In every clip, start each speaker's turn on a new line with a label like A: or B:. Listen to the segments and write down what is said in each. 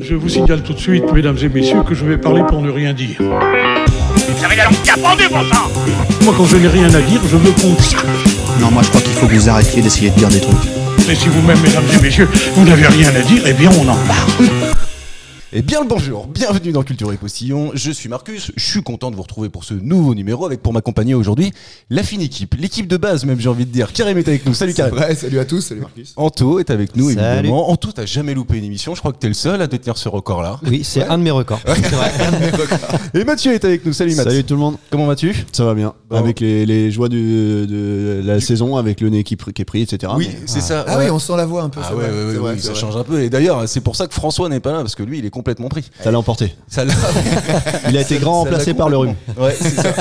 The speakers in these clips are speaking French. A: Je vous signale tout de suite, mesdames et messieurs, que je vais parler pour ne rien dire.
B: Vous avez la langue qui a pendu, bon sang
A: Moi, quand je n'ai rien à dire, je veux qu'on sache.
C: Non, moi je crois qu'il faut que vous arrêtiez d'essayer de dire des trucs.
A: Mais si vous-même, mesdames et messieurs, vous n'avez rien à dire, eh bien, on en parle.
D: Eh bien le bonjour, bienvenue dans Culture et Postillon, je suis Marcus, je suis content de vous retrouver pour ce nouveau numéro avec pour m'accompagner aujourd'hui la fine équipe, l'équipe de base même j'ai envie de dire, Karim est avec nous, salut Karim
E: Ouais, salut à tous, salut Marcus.
D: Anto est avec nous
F: Salut.
D: évidemment, Anto t'as jamais loupé une émission, je crois que t'es le seul à détenir ce record là.
F: Oui, c'est un de mes records. C'est vrai.
D: Et Mathieu est avec nous, salut Mathieu.
G: Salut tout le monde,
D: Comment vas-tu
G: ça va bien Avec les, les joies du- de la saison, avec le nez qui, pr- qui est pris, etc.
D: Oui,
G: Mais-
D: c'est ça.
E: Ah
D: ouais.
E: oui, on sent la voix un peu.
D: Ah
E: c'est
D: ouais,
E: vrai,
D: ouais,
E: c'est
D: ouais,
E: vrai,
D: oui,
E: c'est
D: ça
E: vrai.
D: change un peu. Et d'ailleurs, c'est pour ça que François n'est pas là, parce que lui, il est complètement pris.
G: Ça l'a emporté.
D: Ça l'a-
G: Il a été
D: Ça-
G: grand
D: ça
G: remplacé
D: l'a
G: par le rhume.
D: complètement. Ouais, c'est ça.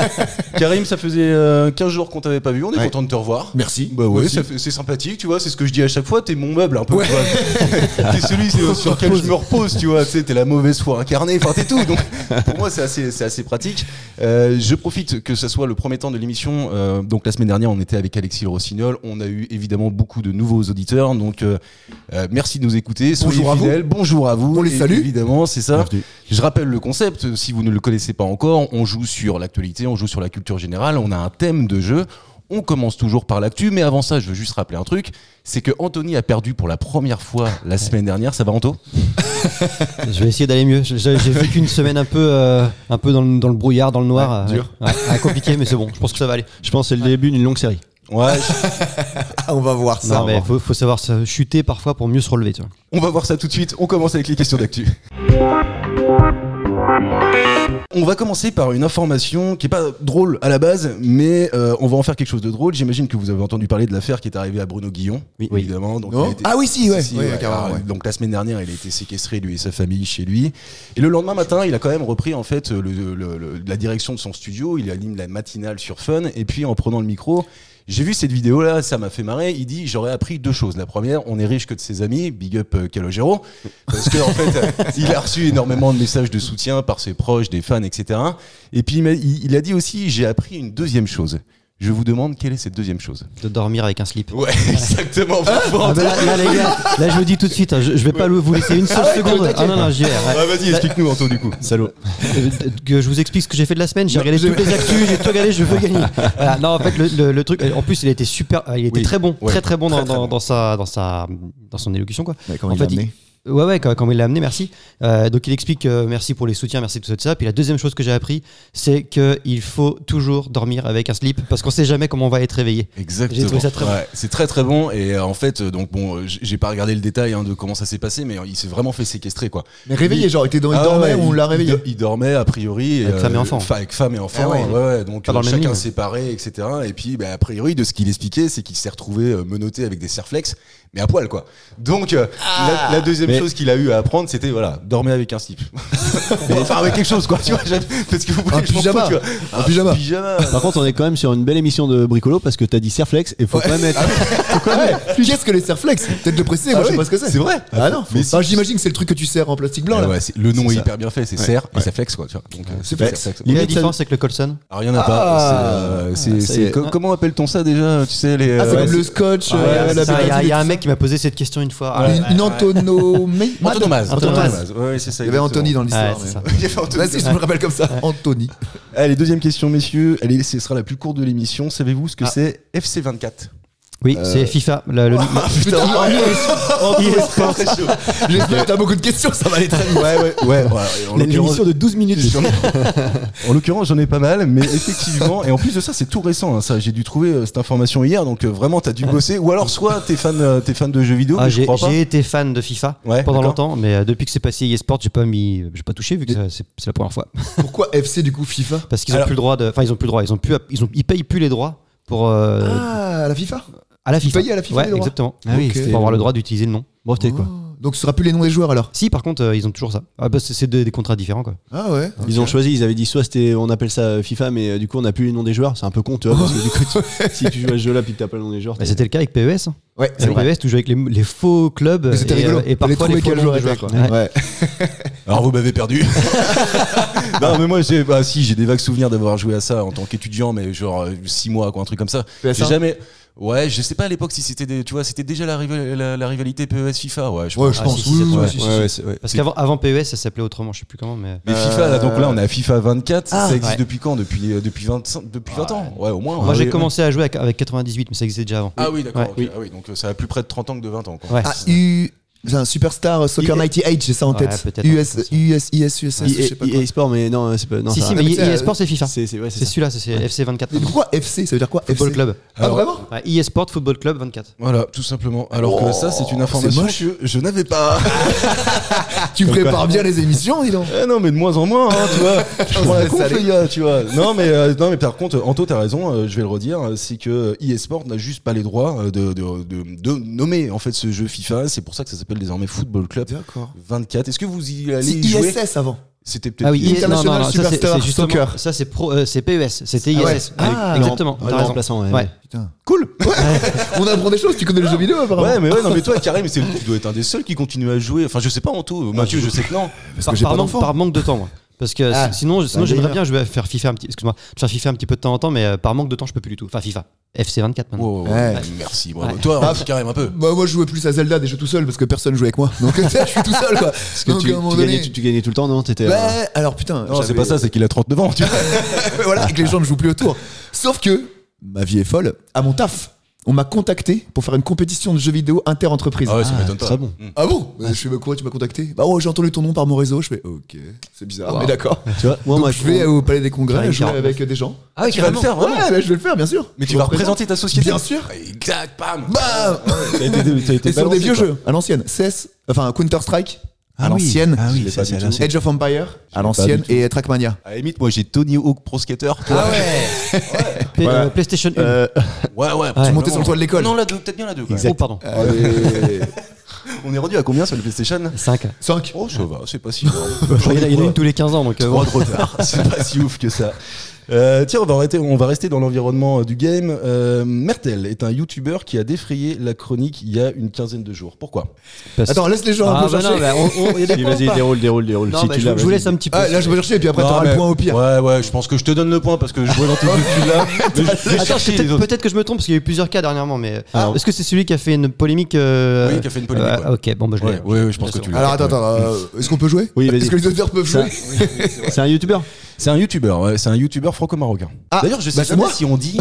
D: Karim, ça faisait euh, 15 jours qu'on t'avait pas vu, on est
G: Ouais.
D: content de te revoir.
E: Merci.
D: Bah ouais,
E: Merci.
D: ça fait- c'est sympathique, tu vois, c'est ce que je dis à chaque fois, t'es mon meuble un peu. tu vois. t'es celui sur, sur lequel je me repose, tu vois, tu sais, t'es la mauvaise foi incarnée, enfin t'es tout. Donc pour moi c'est assez, c'est assez pratique. Euh, je profite que ça soit le premier temps de l'émission. Euh, donc la semaine dernière on était avec Alexis Le Rossignol, on a eu évidemment beaucoup de nouveaux auditeurs, donc euh, euh, merci de nous écouter, soyez
E: Bonjour à vous.
D: fidèles, bonjour à vous.
E: On les
D: Et
E: salue.
D: Évidemment, c'est ça.
G: Bienvenue.
D: Je rappelle le concept, si vous ne le connaissez pas encore, on joue sur l'actualité, on joue sur la culture générale, on a un thème de jeu. On commence toujours par l'actu, mais avant ça, je veux juste rappeler un truc, c'est que Anthony a perdu pour la première fois la semaine dernière. Ça va, Anto
F: Je vais essayer d'aller mieux. Je- je- J'ai vécu une semaine un peu, euh, un peu dans, le, dans le brouillard, dans le noir.
E: Ouais,
F: euh, ouais. Ouais, compliqué, mais c'est bon. Je pense que ça va aller.
G: Je pense que c'est le début d'une longue série.
D: Ouais.
E: Ah, on va voir ça.
F: non, mais faut, faut savoir se chuter parfois pour mieux se relever. Tu vois.
D: On va voir ça tout de suite. On commence avec les questions d'actu. On va commencer par une information qui est pas drôle à la base, mais euh, on va en faire quelque chose de drôle. J'imagine que vous avez entendu parler de l'affaire qui est arrivée à Bruno Guillon,
F: Oui.
D: évidemment. Donc il a
E: Non
D: été-
E: ah oui, si, ouais.
D: Si,
E: ouais,
D: ouais,
E: carrément,
D: alors,
E: ouais.
D: Donc la semaine dernière, il a été séquestré lui et sa famille chez lui. Et le lendemain matin, il a quand même repris en fait le- le- le- la direction de son studio. Il anime la matinale sur Fun. Et puis en prenant le micro, j'ai vu cette vidéo là, ça m'a fait marrer. Il dit j'aurais appris deux choses. La première, on est riche que de ses amis. Big up euh, Calogero, parce que en fait, euh, il a reçu énormément de messages de soutien par ses proches, des fans, etc. Et puis il m'a- il il a dit aussi j'ai appris une deuxième chose. Je vous demande quelle est cette deuxième chose
F: De dormir avec un
E: Oh,
F: slip.
D: Ouais, exactement. bravo,
F: Ah, mais là, là, les gars, là, je vous dis tout de suite, hein, je, je vais pas vous laisser une seule seconde. Ah non, non, j'y vais. ouais.
D: Ah, vas-y, explique-nous, Anto, du coup.
G: Salaud.
F: Euh, que je vous explique ce que j'ai fait de la semaine. J'ai regardé toutes les actus, j'ai tout regardé, je veux gagner. Voilà. Non, en fait, le, le- le truc, en plus, il était super, euh, il était
D: Oui.
F: très bon,
D: Ouais.
F: très très bon,
D: Très,
F: dans,
D: très
F: dans-
D: bon.
F: dans sa, dans sa, dans son élocution quoi.
G: Mais quand
F: En
G: il
F: fait,
G: l'a amené.
F: il- ouais ouais, quand, quand il l'a amené, merci. Euh, donc il explique euh, merci pour les soutiens, merci pour tout ça. Puis la deuxième chose que j'ai appris, c'est que il faut toujours dormir avec un slip parce qu'on sait jamais comment on va être réveillé.
D: Exactement.
F: J'ai trouvé ça très bon.
D: Ouais, c'est très très bon et euh, en fait euh, donc bon euh, j- j'ai pas regardé le détail hein, de comment ça s'est passé mais euh, il s'est vraiment fait séquestrer quoi.
E: Mais réveillé, genre, il était dans il
D: Ah
E: dormait,
D: ouais,
E: on
D: il-
E: l'a
D: il,
E: réveillé.
D: do- il dormait a priori
F: Avec femme et enfant.
D: enfin, avec femme et enfant.
E: Ah ouais.
D: ouais, ouais, donc
F: Pas dans
D: euh,
F: le même
D: chacun
F: lit.
D: séparé etc. Et puis bah, a priori de ce qu'il expliquait c'est qu'il s'est retrouvé euh, menotté avec des serflex mais à poil quoi. Donc euh,
F: Ah.
D: la, la deuxième
G: Mais-
D: chose qu'il a eu à apprendre c'était voilà dormir avec un slip. enfin avec quelque chose quoi tu vois j'ai- parce que vous voulez
E: Un
D: que je m'en
E: pyjama.
D: fous, tu vois.
E: Un pyjama. Ah
D: pyjama.
G: Par contre, on est quand même sur une belle émission de Bricolo parce que t'as dit Serflex et faut pas mettre.
E: Ah Qu'est-ce que les serflex Peut-être de presser, moi
D: Ah
E: je sais
D: oui,
E: pas ce que c'est.
D: c'est vrai.
E: Ah non,
D: Mais
E: Ah, j'imagine que c'est le truc que tu sers en plastique blanc
D: Eh
E: là. Ah,
D: ouais, c'est- le nom
G: C'est
D: est,
G: ça.
D: hyper bien fait, c'est serre et ça flex quoi, tu vois. Donc, euh,
E: C'est
D: c'est
E: flex.
D: Serflex, ouais.
F: La
G: Limite, ça-
F: différence, c'est que le colson.
D: Ah, rien à pas.
E: Ah,
D: c'est, euh, c'est-
G: ça y
D: c'est-
G: est.
D: co- comment appelle-t-on ça déjà Tu sais les.
E: Ah, c'est
D: euh,
E: comme
D: ouais,
E: le scotch,
F: Ah,
E: euh,
F: ouais,
E: la
F: c'est ça, Il y a- il y, a un
E: bécane,
F: mec qui m'a posé cette question une fois. Ah, ouais.
E: une- Une antonomie.
D: c'est- Antonomase.
F: Antonomase.
D: Antonomase. Ouais, ouais, c'est ça.
E: Il y avait Anthony dans l'histoire.
F: Ouais, c'est
E: mais-
F: ça.
D: Il y avait Anthony.
E: Vas-y, je me rappelle comme ça. Anthony.
D: Allez, deuxième question, messieurs. Allez, ce sera la plus courte de l'émission. Savez-vous ce que
F: Ah.
D: c'est FC24
F: Oui, c'est FIFA. le-
D: Ah,
F: le-
E: Putain,
D: Très, très chaud.
E: j'espère que t'as beaucoup de questions, ça va aller très vite.
D: Ouais, ouais, ouais. ouais, en l'occurrence-
G: de 12 minutes.
D: J'en ai- en l'occurrence, j'en ai pas mal, mais effectivement, et en plus de ça, c'est tout récent. hein, ça, j'ai dû trouver euh, cette information hier, donc euh, vraiment, t'as dû bosser. Ou alors, soit t'es fan, euh, t'es fan de jeux vidéo,
F: Ah,
D: mais je
F: j'ai
D: crois pas.
F: j'ai été fan de FIFA
D: Ouais,
F: pendant
D: d'accord.
F: longtemps, mais euh, depuis que c'est passé eSport, j'ai pas mis, euh, j'ai pas touché vu que ça- c'est c'est la première fois.
E: Pourquoi FC du coup FIFA
F: Parce qu'ils ont
D: Alors-
F: plus le droit de, enfin ils ont plus le droit, ils ont plus, ils ont, ils payent plus les droits pour euh,
E: Ah, la FIFA
F: à la FIFA.
E: payaient à la FIFA
F: ouais,
E: les droits
F: exactement.
G: Ah oui,
E: Ok. Ah.
G: c'était-
F: Pour avoir le droit d'utiliser le nom.
G: Breveté quoi.
E: Donc ce sera plus les noms des joueurs alors
F: Si, par contre, euh, ils ont toujours ça. Ah bah c'est c'est des, des contrats différents quoi.
E: Ah ouais
G: Ils ont choisi, ils avaient dit soit c'était, on appelle ça euh, FIFA, mais euh, du coup on n'a plus les noms des joueurs, c'est un peu con, tu vois, parce que du coup, tu- si tu joues à ce jeu-là puis que t'as pas le nom des joueurs,
F: Bah,
G: t'es-
F: c'était le cas avec PES. hein.
E: Ouais, c'est
F: Avec
E: vrai.
F: PES, tu joues avec les, les faux clubs
E: Mais c'était
F: et,
E: rigolo.
F: euh, et parfois
E: Les
F: les
E: trouver
F: faux
E: quel
F: noms
E: joueur
F: de joueurs.
E: était.
F: quoi.
G: Ouais.
F: Ouais.
D: Alors vous m'avez perdu. non mais moi j'ai bah si j'ai des vagues souvenirs d'avoir joué à ça en tant qu'étudiant mais genre 6 euh, mois quoi un truc comme ça.
E: PS1?
D: J'ai jamais Ouais, je sais pas à l'époque si c'était, des- tu vois, c'était déjà la, rival- la- la rivalité PES FIFA, ouais. Je
E: Ouais,
D: pense.
E: je
F: Ah,
E: pense.
F: si,
E: oui, oui, oui,
F: si, c'est vrai.
E: si, si,
G: Ouais,
E: si.
G: ouais, c'est- ouais.
F: Parce qu'avant avant PES, ça s'appelait autrement, je sais plus comment, mais.
D: Mais FIFA, là, donc là, on est à FIFA 24. ça
F: Ah.
D: existe
F: Ouais. Ah,
D: depuis quand Depuis euh, depuis 25, depuis 20 ans. Ouais, au
E: Ah
D: moins.
F: Moi,
D: hein.
F: j'ai commencé à jouer avec- avec 98, mais ça existait déjà avant.
D: Ah oui, d'accord.
F: Ouais.
D: ok. Ah oui, donc euh, ça a plus près de 30 ans que de 20 ans. Quoi.
F: Ouais.
E: Ah, U. un Superstar euh, Soccer
G: I-
E: 98, j'ai ça en
F: Ouais,
E: tête.
F: peut-être,
E: US,
F: ouais, c'est ça.
E: US, IS, USA, je sais pas quoi.
G: EA E Sport, mais non, c'est pas. Non,
F: si,
G: ça-
F: si,
E: Ah,
F: mais
E: mais c'est,
F: EA Sport, c'est FIFA.
G: C'est c'est- ouais,
F: C'est
G: c'est ça.
F: celui-là, ça, c'est FC 24.
E: Mais
F: maintenant.
E: pourquoi FC Ça veut dire quoi FC
F: Football Club.
E: Ah, vraiment
F: Ouais, EA Sport Football Club 24.
D: Voilà, tout simplement. Alors que ça, c'est
E: Oh,
D: une
E: c'est
D: information
E: moche.
D: que je n'avais pas.
E: Ah, Tu prépares bien les émissions, dis donc.
D: Eh non, mais de moins en moins, hein, tu vois. Je prends la
E: Ouais,
D: conf,
E: salé.
D: les gars, tu vois. Non, mais, euh, non, mais par contre, Anto, t'as raison, euh, je vais le redire, euh, c'est que eSport n'a juste pas les droits euh, de, de, de- de nommer, en fait, ce jeu FIFA. C'est pour ça que ça s'appelle désormais Football Club
E: D'accord.
D: 24. Est-ce que vous y allez
E: C'est
D: y jouer
E: ISS avant.
D: C'était peut-être.
F: Ah oui, EA non, non,
E: International
F: non, ça c'est-
E: Superstar
F: c'est justement-
E: Soccer.
F: ça, c'est pro- euh, c'est PES, c'était ISS.
E: Ah ouais.
F: Ah,
E: Ah,
F: exactement,
G: Ouais,
F: t'as
G: le
F: raison.
G: remplaçant, ouais.
F: Ouais.
E: Putain.
D: Cool
E: On apprend des choses, tu connais le jeu vidéo apparemment.
D: Ouais, mais ouais, non, mais toi, Karim, c'est- tu dois être un des seuls qui continue à jouer. Enfin, je sais pas, Anto. Mathieu, je sais que non.
E: Parce
F: Par,
E: que j'ai
F: par
E: pas
F: manque,
E: d'enfant.
F: par manque de temps, moi. Parce que
E: Ah,
F: si- sinon, sinon
E: un
F: j'aimerais
E: délire.
F: bien je vais faire FIFA un petit, excuse-moi, de faire FIFA un petit peu de temps en temps, mais euh, par manque de temps, je peux plus du tout. Enfin, FIFA, FC 24 maintenant.
D: Wow,
E: Ouais.
D: oh, Merci, bravo. Toi, Karim, un peu.
E: Bah, moi, je jouais plus à Zelda déjà tout seul parce que personne jouait avec moi. Donc, je suis tout seul quoi.
G: Parce que
E: Donc,
G: tu,
E: à un moment
G: tu
E: donné.
G: gagnais, tu, tu gagnais tout le temps, non T'étais. euh,
E: Ouais, alors putain.
D: Non, c'est
E: j'avais-
D: pas ça, c'est qu'il a 39 ans, tu vois.
E: voilà, et que les gens ne jouent plus autour. Sauf que ma vie est folle. À mon taf, on m'a contacté pour faire une compétition de jeux vidéo inter-entreprise.
D: Ah ouais, ça m'étonne pas.
G: très bon.
D: Mm.
E: Ah bon Je fais bah quoi Tu m'as contacté Bah ouais, j'ai entendu ton nom par mon réseau. Je fais ok, c'est bizarre, mais d'accord.
G: Tu vois, moi,
E: Donc
G: moi,
E: je vais au Palais des Congrès
F: Carrément.
E: jouer avec des gens.
F: Ah oui,
D: Tu vas le faire, vraiment
E: Ouais, bah, je vais le faire, bien sûr.
D: Mais
E: Je
D: tu vas
E: représente.
D: représenter ta société.
E: Bien sûr.
D: Exact, pam.
E: Bam
D: T'as été- t'as été
E: Et sur
D: balancé,
E: des vieux
D: quoi.
E: jeux, à l'ancienne. CS, enfin Counter Strike, à
G: oui.
E: l'ancienne.
G: Ah oui,
D: l'ai
G: ça,
D: pas
G: c'est
D: du
G: à
D: tout.
G: l'ancienne.
E: Edge of Empire, à l'ancienne, et Trackmania.
D: À la limite, moi j'ai Tony Hawk Pro Skater.
E: Ah ouais
F: P- euh, PlayStation 1.
G: Euh,
D: Ouais, ouais.
F: Ouais.
E: Tu montais sur le toit de l'école.
D: Non, la 2, peut-être bien la 2.
F: oh, pardon,
D: On est rendu à combien sur le PlayStation
F: 5.
E: 5.
D: Oh, ça va, c'est pas si.
F: Il y en a- il y en a une tous les 15 ans, donc. euh,
D: Trois de retard, c'est pas si ouf que ça. Euh, tiens, on va, arrêter- on va rester dans l'environnement euh, du game. Euh, Mertel est un youtubeur qui a défrayé la chronique il y a une quinzaine de jours. Pourquoi
F: parce-
E: Attends, laisse les gens un
F: Ah,
E: peu
F: bah
E: chercher.
F: non, bah, on- on- il y a
G: Vas-y,
F: des points ou
G: vas-y,
F: pas
G: déroule, déroule, déroule.
F: Non,
G: Si
F: bah,
G: tu
F: je,
G: l'as,
F: je vous
G: vas-y.
F: laisse un petit peu.
E: Ah, là, je vais chercher, et puis après, t'auras le point au pire.
D: Ouais, ouais, je pense que je te donne le point parce que je vois dans tes yeux là.
F: Attends, c'est Ah, peut-être peut-être que je me trompe parce qu'il y a eu plusieurs cas dernièrement, mais euh,
G: Alors-
F: est-ce que c'est celui qui a fait une polémique euh,
D: Ah. Oui, qui a fait une polémique,
F: euh,
D: ouais.
F: Ok, bon, bah je l'ai.
D: Ouais, ouais, ouais, je pense que tu l'as.
E: Alors attends, attends, euh, est-ce qu'on peut jouer
G: Oui, vas-y.
E: Est-ce que les auteurs peuvent
G: Ça-
E: jouer
G: C'est un youtubeur
D: C'est un youtubeur, ouais, c'est un youtubeur franco-marocain.
E: Ah,
D: D'ailleurs, je sais
E: bah, c'est
D: jamais
E: moi.
D: si on dit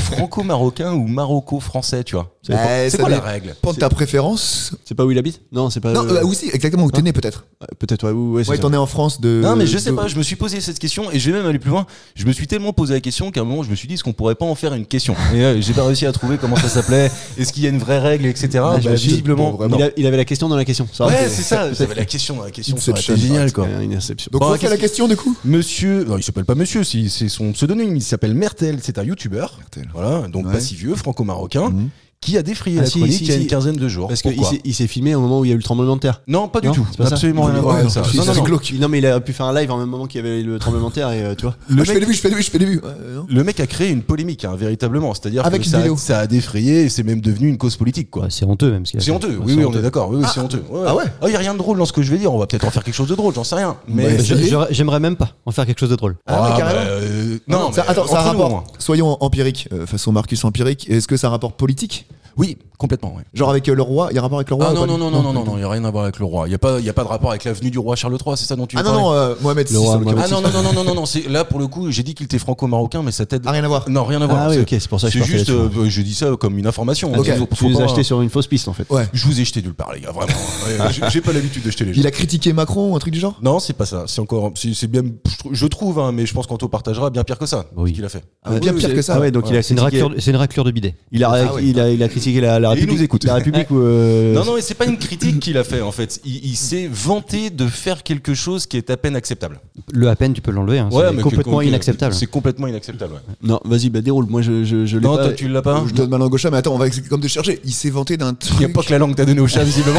D: franco-marocain ou maroco-français, tu vois. C'est
E: Eh,
D: c'est
E: ça
D: quoi la
E: dépend
D: règle
E: de ta préférence
G: C'est pas où il habite Non, c'est pas.
E: Non,
G: euh,
E: euh, aussi, exactement, où t'es né peut-être.
G: euh, Peut-être, ouais, ouais, ouais, c'est
E: Ouais,
G: ça.
E: t'en es en France de.
G: Euh,
D: Non, mais je sais
E: de-
D: pas, je me suis posé cette question et je vais même aller plus loin. Je me suis tellement posé la question qu'à un moment, je me suis dit, est-ce qu'on pourrait pas en faire une question Et euh, j'ai pas réussi à trouver comment ça s'appelait, est-ce qu'il y a une vraie règle, etc. Bah,
G: je me suis dit,
D: visiblement,
E: bon, vraiment.
D: non.
G: Il, a- il avait la question dans la question. Ça aurait
D: Ouais,
G: été-
D: c'est ça, ça avait la question, la question, ça aurait été
E: Inception,
D: génial, quoi.
G: Une exception.
E: Donc,
D: Bon,
E: on
D: qu'est-ce
E: refait la
D: que-
E: question du coup
D: Monsieur, non, il s'appelle pas monsieur, c'est c'est son pseudonyme, il s'appelle Mertel, c'est un youtubeur. Voilà, donc pas
E: Ouais.
D: si vieux, franco-marocain, qui a défrayé
G: Ah,
D: la
G: si,
D: chronique
G: si,
D: il y a
G: si.
D: une quinzaine de jours.
G: Parce qu'il
D: Pourquoi
G: s'est- il s'est filmé au moment où il y a eu le tremblement de terre.
D: Non, pas du
G: Non,
D: tout.
G: c'est pas ça.
D: Absolument rien à
E: Ouais,
D: voir avec ça.
E: c'est-
D: Non, non,
E: c'est
D: non.
E: glauque.
G: Non, mais il a pu faire un live en même moment qu'il y avait le tremblement de terre et euh, tu vois.
E: Ah, Je fais les vues, je fais les vues, je fais les vues. Ouais, euh, non.
D: Le mec a créé une polémique, hein, véritablement. C'est-à-dire
E: Avec
D: que
E: une
D: ça, a,
E: vidéo.
D: ça a défrayé et c'est même devenu une cause politique, quoi.
F: Ouais, C'est honteux même. ce qu'il a
D: C'est
F: fait.
D: honteux,
F: Ouais,
D: oui,
F: c'est
D: oui, on
F: honteux.
D: est d'accord. Oui, oui, c'est honteux.
E: ah ouais
D: Il n'y a rien de drôle dans ce que je vais dire. On va peut-être en faire quelque chose de drôle, j'en sais rien. Mais. Ah,
E: Ouais,
F: Je-
E: Et-
F: j'aurais- J'aimerais même pas en faire quelque chose de drôle.
E: Ah, ouais,
D: bah,
E: carrément.
D: euh, non,
E: ça,
D: mais
E: attends, ça a un
D: entre nous, hein.
E: rapport.
D: moi.
E: Soyons empiriques, euh, façon Marcus empirique. Est-ce que ça a un rapport politique
D: Oui, complètement. ouais.
E: Genre avec euh, le roi Il y a un rapport avec le roi
D: Ah
E: ou
D: non,
E: pas
D: non,
E: du-
D: non, non, non, non, non, il n'y a rien à voir avec le roi. Il n'y a, pas- il y a pas de rapport avec l'avenue du roi Charles III, c'est ça dont tu
E: Ah
D: veux
E: non,
D: parler
E: non, euh, Mohamed VI.
G: Le roi
E: sur lequel-
G: Mohamed
D: Ah non, non, non, non, non, non, non, c'est là pour le coup, j'ai dit qu'il était franco-marocain, mais ça t'aide.
E: Ah, rien à voir.
D: Non, rien à voir.
G: Ah oui, ok, c'est pour ça que
D: C'est
G: je partais
D: juste,
G: là-dessus.
D: euh, je dis ça comme une information.
E: Ok.
D: Faut- faut
G: Tu les as
D: pas-
G: achetés sur une fausse piste en fait.
E: Ouais.
D: Je vous ai jeté nulle part, les gars, vraiment. Ouais, j'ai- J'ai pas l'habitude de jeter les gens.
E: Il a critiqué Macron, un truc du genre
D: Non, c'est pas ça. C'est encore, c'est c'est bien, je trou- je trouve, hein, mais je pense qu'Anto partagera bien pire que ça.
F: Oui.
D: Ce qu'il a fait.
E: Ah, Bien pire que ça.
G: Ah ouais, donc il a
F: C'est une,
G: critiqué-
F: raclure, c'est une raclure de bidet.
G: Il a,
E: Ah ouais.
G: il a, il a critiqué la, la
D: Et il
G: République.
D: nous écoute.
G: La République ou. euh,
D: Non, non, mais c'est pas une critique qu'il a fait en fait. Il, il s'est vanté de faire quelque chose qui est à peine acceptable.
F: Le à peine, tu peux l'enlever. hein, c'est
D: mais
F: complètement
D: que- que-
F: inacceptable.
D: C'est complètement inacceptable. ouais.
G: Non, vas-y, bah déroule. Moi, je, je, je l'ai
D: Non,
G: pas.
D: toi, tu l'as pas.
E: Je donne ma langue au chat, mais attends, on va ex- comme de chercher. Il s'est vanté d'un
D: Il n'y a
E: truc.
D: pas que la langue que t'as donnée au chat visiblement.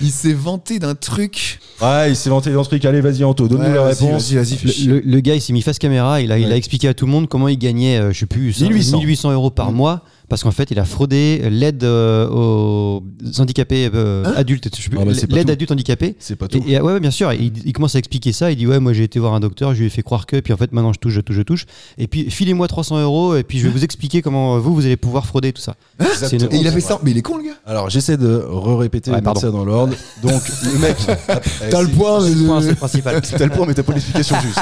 E: Il s'est vanté d'un truc.
D: ouais, il s'est vanté dans ce truc. Allez, vas-y Anto, donne-nous
E: Ouais,
D: la
E: vas-y,
D: réponse.
E: Vas-y, vas-y, fais chier.
F: Le, le gars, il s'est mis face caméra. Il a, il a expliqué à tout le monde comment il gagnait, euh, je sais plus, 100,
D: 1800.
F: 1800 euros par mois parce qu'en fait, il a fraudé l'aide euh, aux handicapés euh, adultes, je sais plus,
D: Ah bah, c'est pas
F: l'aide
D: tout.
F: adulte handicapée.
D: C'est pas tout.
F: Et, et, ouais, ouais, bien sûr, il, il commence à expliquer ça. Il dit Ouais, moi j'ai été voir un docteur, je lui ai fait croire que, puis en fait maintenant je touche, je touche, je touche. Et puis filez-moi 300 euros, et puis je vais vous expliquer comment euh, vous, vous allez pouvoir frauder tout ça. C'est une-
E: Et il avait ça. Mais il est con, le gars.
D: Alors j'essaie de re-répéter
F: Ouais,
D: et de mettre
F: pardon.
D: ça dans l'ordre. Donc le mec. Ah, bah,
E: T'as le point, mais-
F: Point, c'est le principal.
D: T'as le point, mais t'as pas l'explication juste.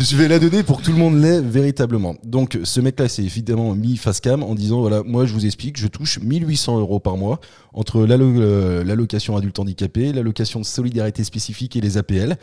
D: je vais la donner pour que tout le monde l'ait véritablement. Donc, ce mec-là s'est évidemment mis face cam en disant voilà, moi je vous explique, je touche 1800 euros par mois entre l'allo- euh, l'allocation adulte handicapé, l'allocation de solidarité spécifique et les APL.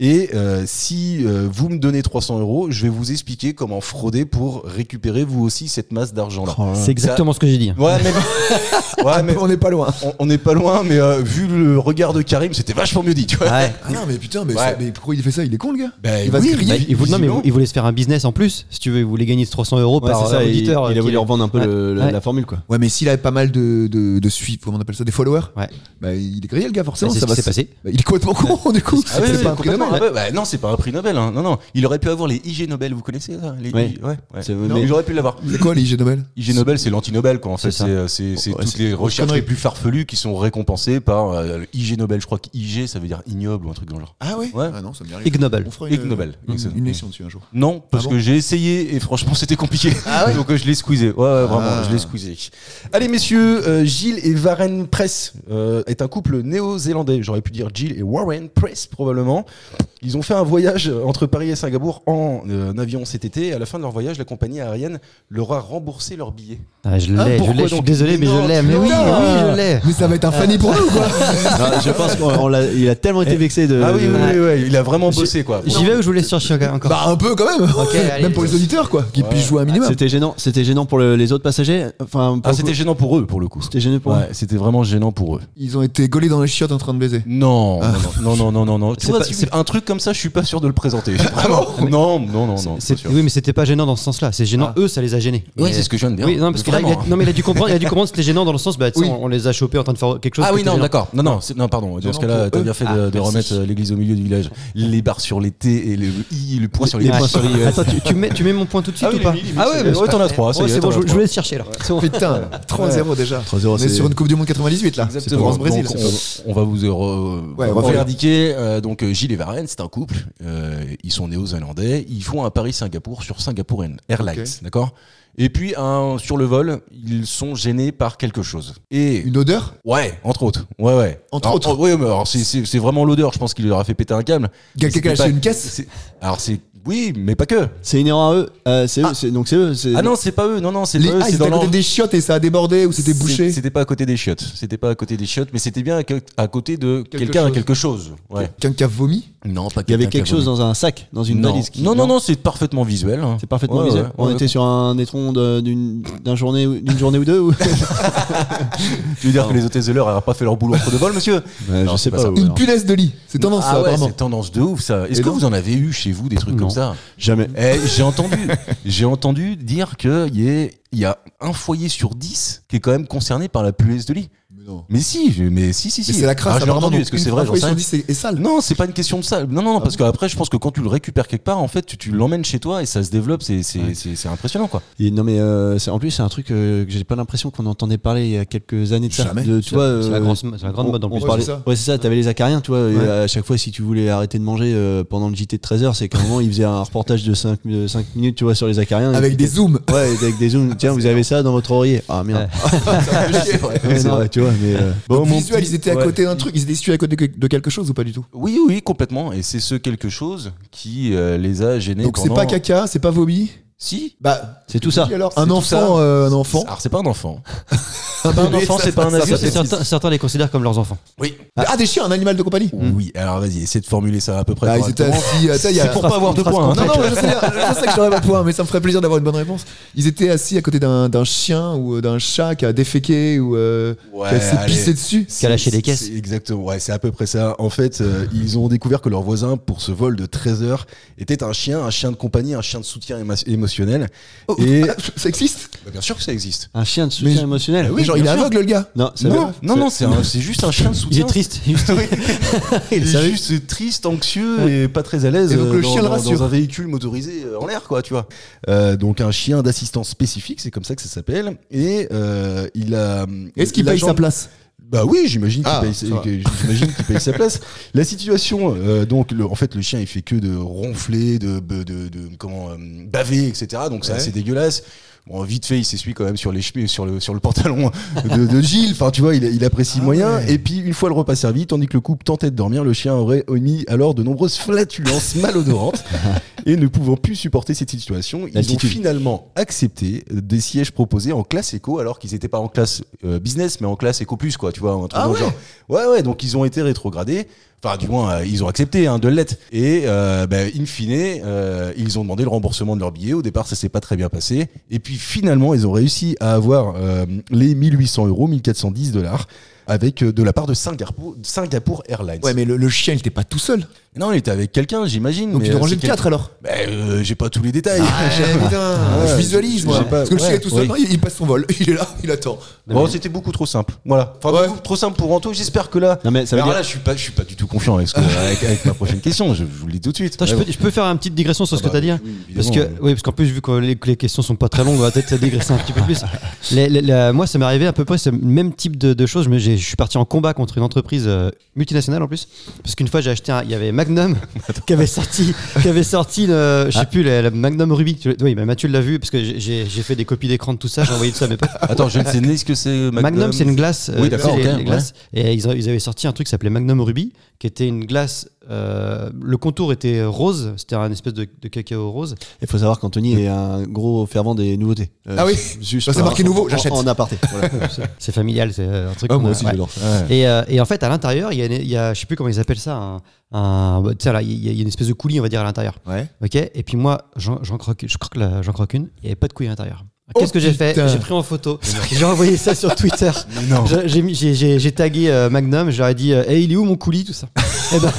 D: Et euh, si euh, vous me donnez 300 euros, je vais vous expliquer comment frauder pour récupérer vous aussi cette masse d'argent-là.
F: C'est exactement ce que j'ai dit.
D: Ouais, mais. ouais, mais
E: On n'est pas loin.
D: on- on n'est pas loin, mais euh, vu le regard de Karim, c'était vachement mieux dit, tu vois.
F: Ouais.
E: Ah non, mais putain, mais,
D: Ouais.
E: ça- mais pourquoi il fait ça Il est con, le gars.
D: Ben
E: il va
D: oui,
E: se griller.
D: bah,
F: Bah, il, vou- non, mais
D: visiblement.
F: il voulait se faire un business en plus, si tu veux, il voulait gagner ce 300 euros
G: Ouais,
F: par
G: c'est ça,
F: euh,
G: il-
F: auditeur. euh,
G: il a
F: qui-
G: voulu revendre un peu le- le-
F: Ouais.
G: la formule, quoi.
E: Ouais, mais s'il avait pas mal de, de, de suivi- comment on appelle ça, des followers,
F: Ouais.
E: bah, il est grillé, le gars,
F: Bah,
E: forcément.
F: c'est
E: ça
F: ce qui
E: va
F: s'est
E: se-
F: passé.
E: Bah, il est complètement con, du coup.
D: Ah oui,
E: c'est
D: oui,
E: pas un prix
D: complètement.
E: Nobel.
D: Ah bah, bah, non, c'est pas un prix Nobel. hein. Non, non. Il aurait pu avoir les IG Nobel, vous connaissez ça les
G: Ouais.
D: I- ouais, ouais.
G: C'est-
D: Non,
G: mais-
D: J'aurais pu l'avoir.
E: C'est quoi, les IG Nobel
D: IG Nobel, c'est l'anti-Nobel, quoi. En fait,
F: C'est ça.
D: c'est euh, c'est- c'est
G: Ouais,
D: toutes
G: c'est
D: les
G: une grosse
D: recherches les
G: connerie.
D: plus farfelues qui sont récompensées par euh, le IG Nobel. Je crois que IG, ça veut dire ignoble ou un truc dans le genre.
E: Ah oui
D: Ouais.
E: Ah non, ça me dit rien.
F: Ig Nobel.
E: On fera
D: Ig Nobel,
E: Une,
D: excellent.
E: une émission dessus un jour.
D: Non, parce
E: Ah bon
D: que j'ai essayé et franchement, c'était compliqué.
E: Ah ouais
D: Donc euh, je l'ai squeezé. Ouais, ouais, vraiment,
E: Ah.
D: je l'ai squeezé. Allez, messieurs, euh, Gilles et Warren Press euh, est un couple néo-zélandais. J'aurais pu dire Gilles et Warren Press, probablement. Ils ont fait un voyage entre Paris et Singapour en euh, en avion cet été. Et à la fin de leur voyage, la compagnie aérienne leur a remboursé leurs billets.
F: Ah, je l'ai,
E: Ah,
F: je
E: pourquoi
F: l'ai, je suis
E: donc
F: désolé, mais
E: Non,
F: je l'ai. Mais oui, oui,
E: putain
F: je l'ai.
E: Mais ça va être un fanny pour nous, quoi
G: Ah, je pense qu'il a tellement été vexé de.
D: ah oui, oui,
F: ouais.
D: oui, oui, il a vraiment bossé, quoi.
F: J'y vais ou je vous laisse chercher encore- encore
E: Bah, un peu quand même
F: Ok, allez.
E: Même pour les auditeurs, quoi, qui puissent jouer un minimum.
G: C'était gênant, c'était gênant pour le- les autres passagers. Enfin, pour
D: Ah,
G: le
D: c'était
G: coup,
D: gênant pour eux, pour le coup.
G: c'était gênant pour.
D: Ouais, c'était vraiment gênant pour eux.
E: Ils ont été gaulés dans les chiottes en train de baiser.
D: Non, non, non, non, non, non. C'est
G: Toi,
D: pas-
G: tu-
D: c'est un truc comme ça, je suis pas sûr de le présenter. Vraiment. Non, non, non, non.
F: C'est-
D: pas sûr.
F: Oui, mais c'était pas gênant dans ce sens-là. C'est gênant, eux, ça les a gênés.
D: Oui,
F: Mais-
D: c'est ce que je viens de dire.
F: Oui, non, parce que là, il a,
D: Vraiment.
F: non, mais il a dû comprendre, il a dû comprendre que c'était gênant dans le sens, bah, tu sais,
E: Oui.
F: on, on les a chopés en train de faire quelque chose.
D: Ah
F: qui
D: oui,
F: était
D: non,
F: gênant.
D: d'accord. Non, non, c'est- non, pardon. Dans ce cas-là, t'as bien fait de, de remettre euh, l'église au milieu du village. Les barres sur les T et le I, E le point Ah, sur les euh,
F: Ouais.
D: H.
F: Ah, Attends, tu, tu mets, tu mets mon point tout de suite
D: Ah oui,
F: ou pas
D: les millis,
F: Ah
D: oui,
F: ouais,
D: c'est-
F: mais
D: ouais, t'en as
F: parfait.
D: trois, ça y
F: Ouais,
D: est,
F: c'est
D: t'en
F: bon,
D: as
F: je, je
D: trois.
F: vous laisse chercher là. C'est bon.
E: Putain,
D: Ah,
E: 3-0 déjà.
G: 3-0,
E: On est
G: c'est-
E: sur une Coupe du Monde 98 là. C'est
D: Exactement.
E: France Brésil.
D: Donc,
E: ça.
D: on, on va vous, euh, re-
E: Ouais,
D: on
E: on va
D: va vous
E: faire-
D: indiquer. euh, donc, euh, Gilles et Varenne, c'est un couple. euh, ils sont néo-zélandais. Ils font un Paris-Singapour sur Singapour Airlines.
E: Ok.
D: D'accord Et puis, un- sur le vol, ils sont gênés par quelque chose. Et
E: Une odeur
D: Ouais, entre autres. Ouais, ouais.
E: Entre
D: Alors,
E: autres.
D: oh, Oui, mais alors c'est- c'est c'est vraiment l'odeur. Je pense qu'il leur a fait péter un câble.
E: Quelqu'un qui a
D: C'était
E: acheté
D: pas-
E: une caisse
D: c'est- Alors c'est oui, mais pas que.
G: C'est inhérent à eux. Euh, c'est eux. c'est- Donc c'est eux. c'est-
D: Ah non, c'est pas eux. Non, non, c'est
E: Les-
D: pas eux.
E: Ah,
D: c'est
E: ils étaient à
D: dans
E: côté
D: leur-
E: des chiottes et ça a débordé ou c'était
D: C'est-
E: bouché
D: C'était pas à côté des chiottes. C'était pas à côté des chiottes, mais c'était bien à, que- à côté de
E: Quelque
D: quelqu'un à
E: chose.
D: quelque chose. Ouais.
E: Quelqu'un qui a vomi
D: Non, pas
G: Il y avait
D: quelqu'un qui a
G: quelque chose
D: vomi.
G: dans un sac, dans une
D: non.
G: valise. qui-
D: non, non, non, c'est parfaitement visuel. hein.
G: C'est parfaitement
D: Ouais,
G: visuel.
D: ouais,
G: on
D: ouais.
G: était sur un étron de- d'une d'un journée ou- d'une journée ou deux. Ou...
D: Tu veux dire que les hôtesses de l'heure n'auraient pas fait leur boulot entre de vol, monsieur Ah, Non,
G: je
D: c'est
G: sais
D: pas
G: pas.
D: ça.
G: où, hein.
E: Une
G: alors.
E: punaise de lit. C'est tendance
D: Ah
E: ça,
D: ouais,
E: apparemment.
D: c'est tendance de ouf ça. Est-ce
E: Et
D: que
E: donc
D: vous en avez eu chez vous des trucs
F: Non.
D: comme ça
G: Jamais.
D: Eh, j'ai entendu, j'ai entendu dire qu'il y, ait- il y a un foyer sur dix qui est quand même concerné par la punaise de lit.
E: Mais non.
D: Mais si, je- mais si, si, si.
E: Mais c'est la crasse
D: Ah, je l'ai
E: apparemment.
D: entendu.
E: donc
D: Est-ce que
E: une
D: c'est vrai
E: fois
D: J'en
E: ils
D: sais
E: sont
D: rien.
E: dit, c'est- et sale.
D: Non, c'est pas une question de ça. Non, non, parce
E: Ah
D: qu'après, je pense que quand tu le récupères quelque part, en fait, tu, tu l'emmènes chez toi et ça se développe. C'est, c'est, c'est, c'est impressionnant, quoi.
G: Et non mais euh, c'est- en plus c'est un truc euh, que j'ai pas l'impression qu'on entendait parler il y a quelques années de ça.
E: Jamais.
G: De,
F: C'est
G: tu vois,
F: la- c'est la
G: euh,
F: grande- c'est la grande
G: on-
F: mode, en
G: on
F: plus.
G: parlait-
E: Ouais, c'est ça.
G: Ouais c'est ça. T'avais les acariens, tu vois. et à chaque fois si tu voulais arrêter de manger euh, pendant le JT de 13h, c'est qu'à un moment ils faisaient un reportage de 5, minutes, tu vois, sur les acariens. et
E: Avec
G: puis
E: des
G: t'es-
E: zooms.
G: Ouais, avec des zooms. Tiens, vous avez ça dans votre oreiller. Ah merde. Ouais, non, ouais, tu vois, mais euh,
E: Bon,
D: mon
E: visuel,
D: petit-
E: ils étaient à
D: ouais.
E: côté d'un truc, ils étaient situés à côté de quelque chose ou pas du tout
D: Oui, oui, complètement. Et c'est ce quelque chose qui euh, les a gênés.
E: Donc c'est
D: pendant-
E: pas caca, c'est pas vomi
D: Si.
E: Bah,
G: c'est tout ça.
E: oui, alors
D: C'est
E: un
D: tout
E: enfant,
D: ça.
E: euh, un enfant.
D: Alors, c'est pas un enfant. c'est pas un enfant, c'est pas un
F: Ah,
D: adulte.
F: c'est- certains, certains les considèrent comme leurs enfants.
D: Oui.
E: Ah, des chiens, un animal de compagnie.
D: Oui, alors vas-y, essaie de formuler ça à peu près.
E: Ah, ils étaient
D: correctement.
E: assis. euh, ça, il y a-
D: C'est pour pas avoir de
F: phrase
D: points. hein.
E: Non, non, je sais, bien, je sais que j'aurais pas de point, mais ça me ferait plaisir d'avoir une bonne réponse. Ils étaient assis à côté d'un d'un chien ou euh, d'un chat qui a déféqué ou euh,
D: Ouais,
E: qui a s'est
D: allez.
E: pissé dessus.
F: Qui a lâché des caisses.
D: C'est Exactement, ouais, c'est à peu près ça. En fait, euh, ils ont découvert que leur voisin, pour ce vol de 13 heures, était un chien, un chien de compagnie, un chien de soutien éma- émotionnel.
E: Oh,
D: Et
E: Ça existe
D: Bah, bien sûr que ça existe.
G: Un chien de soutien
D: Mais-
G: émotionnel.
D: Ah oui,
E: Genre,
D: bien
E: il est
D: sûr.
E: aveugle, le gars
G: Non, ça
D: Non,
G: veut-
D: non, non, c'est un- c'est juste un chien de
F: Il
D: soutien.
F: est triste. il est juste-
D: Il
F: Ça
D: est juste triste, anxieux et pas très à l'aise
E: Et donc,
D: euh,
E: le
D: dans,
E: chien le
D: dans- dans
E: rassure.
D: un véhicule motorisé euh, en l'air, quoi, tu vois. Euh, donc un chien d'assistance spécifique, c'est comme ça que ça s'appelle. Et euh, il a.
E: Est-ce qu'il
D: la
E: paye
D: jambe-
E: sa place
D: Bah oui, j'imagine qu'il
E: Ah,
D: paye,
E: ça va.
D: que- j'imagine qu'il paye sa place. La situation, euh, donc le- en fait, le chien il fait que de ronfler, de, de, de- de- comment euh, baver, etc. Donc c'est
E: Ouais.
D: assez dégueulasse. Bon, vite fait, il s'essuie quand même sur les cheveux, sur le sur le pantalon de, de Gilles. Enfin, tu vois, il, il
E: Ah
D: apprécie le moyen. Et puis une fois le repas servi, tandis que le couple tentait de dormir, le chien aurait omis alors de nombreuses flatulences malodorantes et ne pouvant plus supporter cette situation, ils ont
G: L'attitude.
D: finalement accepté des sièges proposés en classe éco alors qu'ils n'étaient pas en classe euh, business mais en classe éco plus quoi tu vois
E: Ah
D: un truc dans le genre. ouais ouais donc ils ont été rétrogradés enfin du moins euh, ils ont accepté hein, de l'être et euh, bah, in fine euh, ils ont demandé le remboursement de leur billet au départ ça s'est pas très bien passé et puis finalement ils ont réussi à avoir euh, les 1800 euros 1410 dollars avec euh, de la part de Singapour, Singapour Airlines
E: Ouais, mais le, le chien, il était pas tout seul.
D: non il était avec quelqu'un j'imagine
E: Donc
D: mais,
E: il
D: euh,
E: rangeait le
D: c'est quel-
E: 4 alors
D: Bah, euh, j'ai pas tous les détails
E: Ah, putain,
D: Ah, ouais,
E: je visualise
D: j'ai
E: moi.
D: pas-
E: Parce que le chien
D: ouais,
E: est tout seul,
D: oui.
E: non, il, il passe son vol, il est là, il attend.
D: Bon, c'était beaucoup trop simple. Voilà. Enfin,
E: Ouais.
D: beaucoup trop simple pour Anto. J'espère que là.
G: Non, mais ça veut
D: Alors
G: dire-
D: là, je suis pas, je suis pas du tout confiant avec, ce que- avec, avec ma prochaine question. Je vous le dis tout de suite.
F: Attends, je, peux, je peux faire une petite digression sur ce
D: Ah
F: que tu as
D: bah,
F: dit. hein
D: oui, oui,
F: parce que,
D: évidemment,
F: oui, parce qu'en plus, vu que les, que les questions sont pas très longues, on va peut-être digresser un petit peu plus. Les- les- la- moi, ça m'est arrivé à peu près ce même type de, de choses. Mais j'ai- je suis parti en combat contre une entreprise euh, multinationale en plus. Parce qu'une fois, j'ai acheté un. Il y avait Magnum qui avait sorti, qui avait sorti le,
D: Ah.
F: je sais plus, la, la Magnum Ruby. Tu l'as- Oui, mais Mathieu l'a vu parce que j'ai- j'ai j'ai fait des copies d'écran de tout ça. J'ai envoyé tout ça à mes potes.
D: Attends, je ne sais ni ce que c'est Magnum.
F: Magnum, c'est une glace. euh,
D: Oui, d'accord,
F: tu sais, les-
D: ok,
F: les glaces. Et ils, a- ils avaient sorti un truc qui s'appelait Magnum Ruby, qui était une glace. euh, le contour était rose, c'était un espèce de, de cacao rose.
G: Il faut savoir qu'Anthony est un gros fervent des nouveautés. Euh,
E: Ah oui.
G: juste
E: Bah, c'est
G: en-
E: marqué nouveau,
G: en-
E: j'achète.
G: En aparté. Voilà.
F: C'est familial, c'est euh, un truc.
G: Ah,
F: qu'on
G: moi
F: a-
G: aussi,
F: ouais.
G: j'adore ça.
F: Et, euh, et en fait, à l'intérieur, il y a, une- il y a, je sais plus comment ils appellent ça, un, un- bah, tu sais, là, il y a- il y a une espèce de coulis, on va dire, à l'intérieur.
E: Ouais.
F: Ok. Et puis moi, j'en j'en croque, je croque, la- j'en croque une. Il n'y avait pas de coulis à l'intérieur. Qu'est-ce que j'ai fait
E: putain.
F: J'ai pris en photo. J'ai envoyé ça sur Twitter.
D: Non.
F: Je- J'ai mis- j'ai- j'ai- j'ai tagué euh, Magnum. Je leur ai dit, euh, Hey, il est où mon coulis tout ça Eh ben,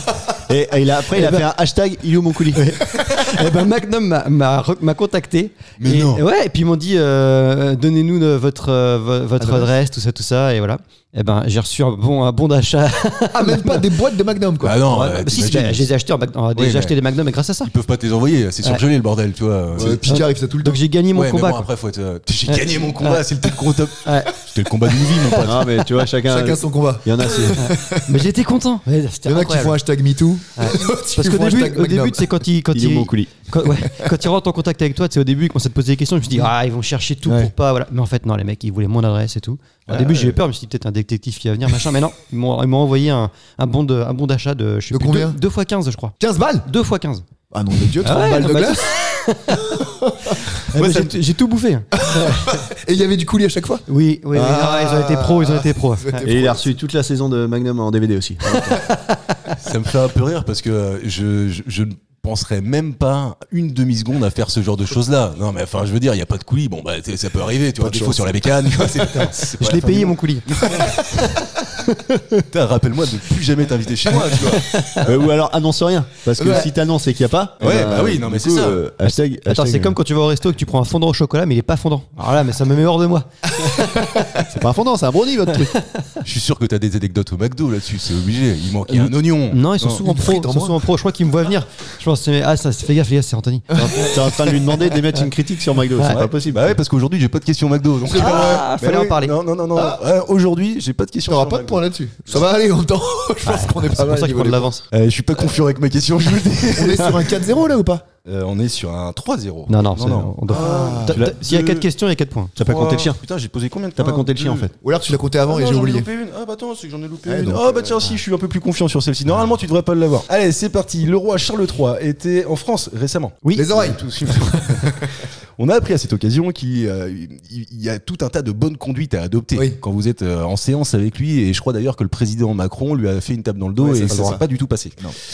G: Et, et il a- après, il a
F: Eh ben-
G: fait un hashtag Il est où mon coulis
F: Eh ben Magnum m'a- m'a re- m'a contacté.
D: Mais
F: et,
D: non.
F: et Ouais, et puis ils m'ont dit euh, donnez-nous euh, votre euh, vo- votre adresse, tout ça, tout ça, et voilà. Et ben j'ai reçu un bon un bon d'achat.
E: Ah, même pas des boîtes de Magnum quoi.
D: Bah non,
F: Bah,
D: euh,
F: si, si,
D: t'imagines,
F: bah, je les ai achetés, en Mag- en-
D: Oui,
F: j'ai
D: mais-
F: acheté des Magnum et grâce à ça.
D: ils peuvent pas te les envoyer. C'est surgelé le bordel, tu vois.
E: Ouais,
D: C'est-
E: Puis qui arrive ça tout le temps.
F: Donc j'ai gagné mon
D: Ouais, mais
F: combat.
D: bon,
F: quoi.
D: après, faut être. euh, J'ai
F: Ouais.
D: gagné mon combat.
F: Ouais.
D: C'était le gros top.
F: Ouais.
D: C'était le combat d'une vie, mon pote.
G: Non, mais tu vois, chacun.
E: Chacun son combat.
G: Il y en a, c'est.
F: Mais j'étais content. Ouais, c'était
E: Il y en a qui
F: incroyable.
E: font hashtag MeToo.
F: Parce qu'au début, au début, c'est quand ils quand
G: Il est où
F: ils-
G: mon coulis
F: quand, ouais, quand ils rentrent en contact avec toi, c'est au début ils commencent à te poser des questions. Je me suis dit ah ils vont chercher tout
G: Ouais.
F: pour pas voilà. Mais en fait non les mecs ils voulaient mon adresse et tout. Au début j'ai eu peur, je me suis dit peut-être un détective qui va venir machin. Mais non ils m'ont ils m'ont envoyé un, un bon de un bon d'achat de je sais
E: De
F: plus,
E: combien
F: deux, deux fois 15 je crois.
E: 15 balles
F: 2 fois 15
E: Ah non, de Dieu, 30
F: Ah ouais,
E: balles de
F: bah,
E: glace.
F: Eh ben, j'ai tout- j'ai tout bouffé.
E: Et il y avait du coulis à chaque fois.
F: Oui oui
E: Ah.
F: ils ont été pros ils ont été pros.
E: Ils ont été
G: Et il a reçu toute la saison de Magnum en DVD aussi.
D: Ça me fait un peu rire parce que euh, je, je, je ne penserais même pas une demi-seconde à faire ce genre de choses-là. Non, mais enfin, je veux dire, il n'y a pas de coulis. Bon, bah, t- ça peut arriver, tu vois.
E: de
D: Défaut
E: chance.
D: sur la bécane. tu vois, c'est- c'est pas
F: Je
D: la
F: l'ai
D: fin du
F: payé
D: monde.
F: mon coulis.
D: Putain, rappelle-moi de plus jamais t'inviter chez moi, tu vois.
G: Euh, ou alors annonce rien. Parce que
E: Ouais.
G: si t'annonces et qu'il n'y a pas. eh
D: Ouais,
G: ben,
D: bah oui, non,
G: du
D: mais
G: coup,
D: c'est ça.
G: euh, hashtag,
F: Attends
G: hashtag,
F: c'est
G: euh,
F: comme quand tu vas au resto et que tu prends un fondant au chocolat mais il est pas fondant. Alors là mais ça me met hors de moi.
G: C'est pas un fondant, c'est un brownie votre truc.
D: Je suis sûr que t'as des anecdotes au McDo là-dessus, c'est obligé. Il manquait un oignon.
F: Non, ils sont souvent
E: Une
F: pro.
E: frite en
F: Ils sont
E: moins.
F: souvent pro. Je crois qu'ils me voient venir. Je pense que c'est- ah ça, fais gaffe les gars, c'est Anthony.
G: T'es en train de lui demander d'émettre une critique sur McDo, c'est pas possible.
D: Bah ouais, parce qu'aujourd'hui j'ai pas de questions McDo. Donc c'est pas vrai.
F: Ah, fallait
D: Mais
F: en
D: oui,
F: parler. Ah.
D: Non, non, non, non. Ouais, Aujourd'hui, j'ai pas de questions.
E: T'auras
D: sur
E: pas de
D: McDo.
E: point là-dessus. Ça va aller en même temps. Je pense qu'on est pas
F: C'est pour
E: mal.
F: ça qu'ils
E: niveau
F: prennent de
E: des-
F: l'avance.
D: Euh, je suis pas confiant avec ma question, je vous le dis.
E: On est sur un 4-0 là ou pas
D: Euh, on est sur un 3-0.
F: Non, non,
D: non. non.
F: on doit- T'as-
G: Tu l'as-
F: t'as- S'il y a
D: deux-
F: 4 questions, il y a 4 points.
G: T'as pas compté le chien.
D: Putain, j'ai posé combien de
G: T'as pas compté le chien en fait.
E: Ou alors tu l'as compté avant
D: Ah
E: et
D: non,
E: j'ai
D: j'en ai
E: oublié.
D: loupé une. Ah bah attends, c'est que j'en ai loupé
E: Ouais,
D: une.
E: donc,
D: Ah bah tiens, si, je suis un peu plus confiant sur celle-ci. Normalement, tu devrais pas l'avoir. Allez, c'est parti. Le roi Charles III était en France récemment.
F: Oui.
E: Les oreilles.
D: On a appris à cette occasion qu'il euh, il- il y a tout un tas de bonnes conduites à adopter
E: Oui.
D: quand vous êtes euh, en séance avec lui. Et je crois d'ailleurs que le président Macron lui a fait une tape dans le dos
E: Ouais, c'est pas
D: et ça
E: le
D: s'est
E: droit.
D: pas du tout passé.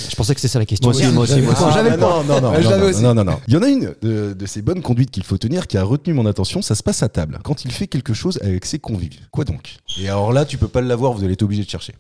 F: Je pensais que c'était ça la question.
E: aussi, moi aussi, moi aussi.
D: Ah,
E: J'avais le
D: non, non, non,
E: Ouais, je
D: non,
E: l'avais
D: non,
E: aussi.
D: non, non, non. Il y en a une de, de ces bonnes conduites qu'il faut tenir qui a retenu mon attention. Ça se passe à table quand il fait quelque chose avec ses convives. Quoi donc Et alors là, tu peux pas l'avoir. Vous allez être obligé de chercher.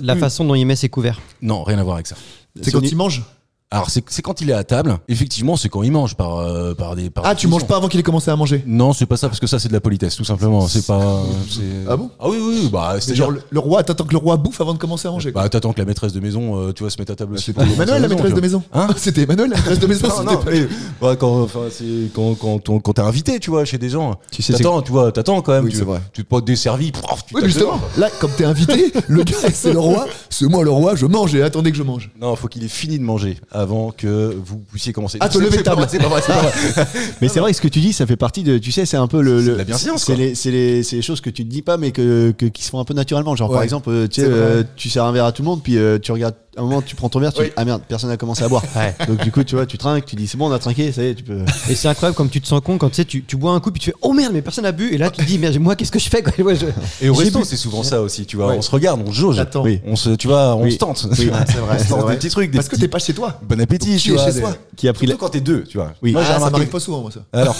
F: La façon dont il met ses couverts.
D: Non, rien à voir avec ça.
E: C'est quand il mange
D: Alors, c'est c'est quand il est à table. Effectivement, c'est quand il mange par, euh, par des. Par
E: Ah, tu manges pas avant qu'il ait commencé à manger
D: Non, c'est pas ça, parce que ça, c'est de la politesse, tout simplement. C'est pas. c'est-
E: Ah bon
D: Ah oui, oui, oui, bah, c'est
E: C'est genre
D: genre.
E: le, le roi, t'attends que le roi bouffe avant de commencer à manger.
D: Bah, t'attends que la maîtresse de maison, euh, tu vois, se mette à table aussi. pour
E: quoi. Manuel, Bah, la
D: tu
E: maîtresse de
D: vois.
E: maison. Ah,
D: Hein
E: C'était Manuel, la maîtresse de maison.
D: Non,
E: c'était
D: non,
E: pas-
D: mais, bah, quand, enfin, c'est quand, quand, on- quand t'es invité, tu vois, chez des gens,
G: Tu sais,
D: t'attends, tu vois, t'attends quand même.
E: Oui,
D: tu,
E: c'est vrai.
D: tu te pas desservi, prof, tu
E: Oui, mais
D: tapes
E: justement,
D: dedans, quoi.
E: là, comme t'es invité, le gars, c'est le roi, c'est moi le roi, je mange et attendez que je mange.
D: Non, faut qu'il ait fini de manger avant que vous puissiez commencer.
E: Ah, te lever de
D: C'est pas
E: table.
D: vrai, C'est pas vrai, c'est pas vrai.
G: Mais c'est vrai que ce que tu dis, ça fait partie de. Tu sais, c'est un peu le.
D: C'est
G: le-
D: de la bienséance,
G: C'est
D: quoi.
G: les, c'est les, c'est les choses que tu ne dis pas, mais que, que- qui se font un peu naturellement. Genre, par
E: Ouais.
G: exemple, euh, tu sais,
E: C'est vrai.
G: euh, tu sers un verre à tout le monde, puis euh, tu regardes. À un moment, tu prends ton verre, tu dis Ah merde, personne n'a commencé à boire. Donc, du coup, tu vois, tu trinques, tu dis C'est bon, on a trinqué, ça y est, tu peux.
F: Et c'est incroyable comme tu te sens con quand tu sais, tu, tu bois un coup, puis tu fais oh merde, mais personne n'a bu. Et là, tu te dis merde, moi, qu'est-ce que je fais quoi Ouais, je-
D: Et au
F: J'ai
D: resto,
F: bu.
D: c'est souvent ça aussi, tu vois.
E: Ouais.
D: On se regarde, on se jauge.
E: T'attends.
G: Oui.
D: On se, tu vois, on
G: Oui.
D: se tente.
G: Oui.
D: Tu vois,
E: c'est vrai,
D: On se
E: c'est
D: lance
E: vrai.
D: des petits trucs, des
E: Parce que
D: petits-
E: t'es pas chez toi.
D: Bon appétit,
E: qui
D: tu
E: est
D: vois.
E: chez
D: des-
E: soi.
G: Qui a pris
D: Surtout
G: la.
D: quand t'es deux, tu vois.
G: Oui.
E: Ah,
D: Moi, j'ai
E: ça
D: remarqué-
E: m'arrive pas souvent, moi, ça.
D: Alors,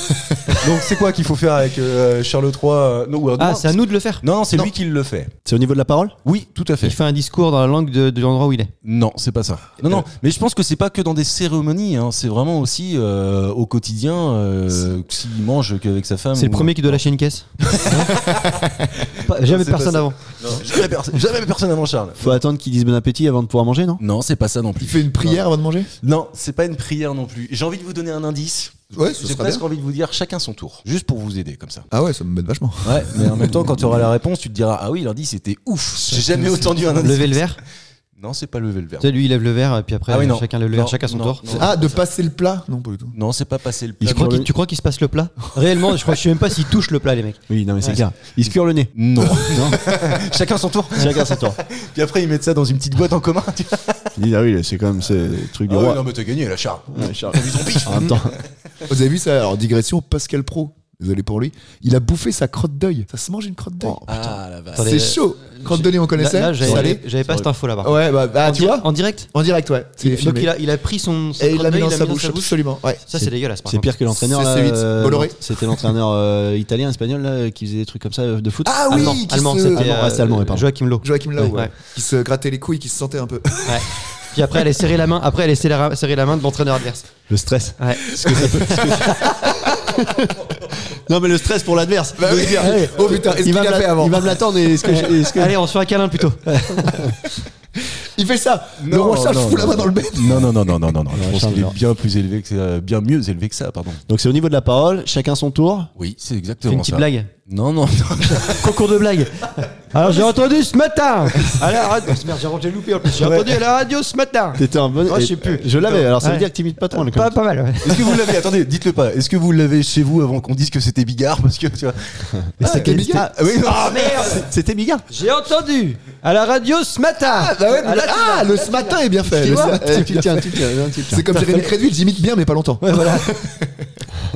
D: donc c'est quoi qu'il faut faire avec euh, Charles III euh, non, ou, euh,
F: Ah,
D: non,
F: c'est à nous de le faire.
D: Non, non, c'est
F: Non.
D: lui qui le fait.
G: C'est au niveau de la parole
D: Oui, tout à fait.
F: Il fait un discours dans la langue de, de l'endroit où il est.
D: Non, c'est pas ça. Non, non, mais je pense que c'est pas que dans des cérémonies, hein, c'est vraiment aussi euh, au quotidien, euh, s'il mange qu'avec sa femme.
F: C'est le
D: ou-
F: premier qui doit lâcher une caisse. Pas- jamais
D: c'est pas
F: personne
D: ça.
F: avant.
D: Non, jamais, personne- jamais personne avant Charles.
G: Faut attendre qu'ils disent bon appétit avant de pouvoir manger, non
D: Non, c'est pas ça non
E: Il
D: plus.
E: fait une prière avant de manger
D: Non, c'est pas une prière non plus. J'ai envie de vous donner un indice.
E: Ouais, ce
D: J'ai
E: sera
D: presque
E: bien.
D: envie de vous dire chacun son tour, juste pour vous aider comme ça.
E: Ah ouais, ça me bête vachement.
D: Ouais, mais en même temps, quand tu auras la réponse, tu te diras Ah oui, l'indice était ouf. J'ai jamais entendu un indice.
F: Lever le verre.
D: Non, c'est pas lever le verre.
F: Tu sais, lui, il lève le verre, et puis après,
D: Ah oui, non.
F: chacun lève le
D: Non,
F: verre, chacun son
D: non,
F: tour.
D: non.
E: Ah, de passer le plat Non, pas du tout.
D: Non, c'est pas passer le
F: Tu
D: plat.
F: crois qu'il- tu crois qu'il se passe le plat Réellement, je crois, je sais même pas s'il touche le plat, les mecs.
G: Oui, non, mais c'est clair. Ils se curent le nez.
D: Non, non. chacun son tour.
G: Chacun son tour.
D: Puis après, ils mettent ça dans une petite boîte en commun. tu vois.
G: Ils disent Ah oui, c'est quand même c'est le truc du
D: Ah ouais,
G: roi.
D: non, mais t'as gagné, la Charles.
G: Ouais, Charles. En même temps.
E: Vous avez vu ça Alors, digression, Pascal Pro, désolé pour lui, il a bouffé sa crotte d'œil. Ça se mange une crotte d'œil
D: Ah la vache.
F: Attendez,
E: C'est chaud Crotte d'œil, on connaissait
F: Là, là,
E: Salé
F: j'avais j'avais pas cette info là-bas.
E: Ouais, bah, bah,
F: En
E: tu
F: di-
E: vois
F: En direct
E: En direct, ouais. C'est
F: Donc
E: filmé.
F: il a, il a pris son, son
E: Et il l'a
F: crotte-d'œil,
E: mis dans
F: il
E: sa bouche, absolument. Ouais.
F: Ça, c'est dégueulasse. par
G: C'est
F: contre.
G: pire que l'entraîneur.
E: C'est-
G: là,
E: c'est vite.
G: euh,
E: Bolloré.
G: C'était l'entraîneur euh, italien, espagnol, là, qui faisait des trucs comme ça euh, de foot.
E: Ah oui
F: Allemand,
E: qui
F: allemand,
E: se-
F: c'était
G: Allemand,
F: euh,
G: reste allemand, et pardon.
F: Joachim Lowe.
E: Joachim Lowe,
F: Ouais.
E: ouais.
F: Ouais.
E: qui se grattait les couilles, qui se sentait un peu.
F: Ouais. Puis après, elle est serrée la main. Après, elle est serrée la, serrée la main de l'entraîneur adverse.
G: Le stress.
F: Ouais.
G: Non, mais le stress pour l'adverse.
E: Bah oui.
G: Ouais.
E: Oh putain, est-ce
G: Il
E: qu'il
G: va me
E: a
G: la-
E: fait avant
G: il va me l'attendre et est-ce que j'ai- est-ce que-
F: Allez, on se fait un câlin plutôt.
E: Il fait ça Le
D: Non,
E: roi Charles
D: non,
E: fout la
D: non.
E: main dans le bed
D: Non, non, non, non, non, non, non. Je pense
G: Charles,
D: qu'il
G: non.
D: est bien plus élevé que ça, bien mieux élevé que ça, pardon.
G: Donc c'est au niveau de la parole, chacun son tour.
D: Oui, c'est
F: Fais
D: exactement
F: une petite
D: ça.
F: blague.
D: Non, non, non.
F: Concours de blagues. Alors, j'ai entendu ce matin. À la radio. Oh, Merde, j'ai- j'ai loupé en plus. J'ai entendu à la radio ce matin.
G: T'étais un bon.
F: Moi, je sais plus.
G: Je l'avais. Alors ça
F: Ouais.
G: veut dire que t'imites pas trop. hein, là, quand
F: Pas,
G: même.
F: pas mal. ouais.
D: Est-ce que vous l'avez Attendez, dites-le pas. Est-ce que vous l'avez chez vous avant qu'on dise que c'était Bigard Parce que tu vois.
G: Mais c'était
E: quel
G: Bigard.
D: Ah, oui, non.
G: C'est- C'était Bigard.
F: J'ai entendu à la radio ce matin.
E: Ah, bah ouais,
F: Ah, là, tu
E: ah, le ce matin est bien fait.
G: Tu
E: le
G: vois
E: ce matin est
G: Eh, tu
E: bien
G: tiens,
E: fait.
G: tu tiens, tu tiens.
E: C'est comme Jérémy Crédville, j'imite bien, mais pas longtemps.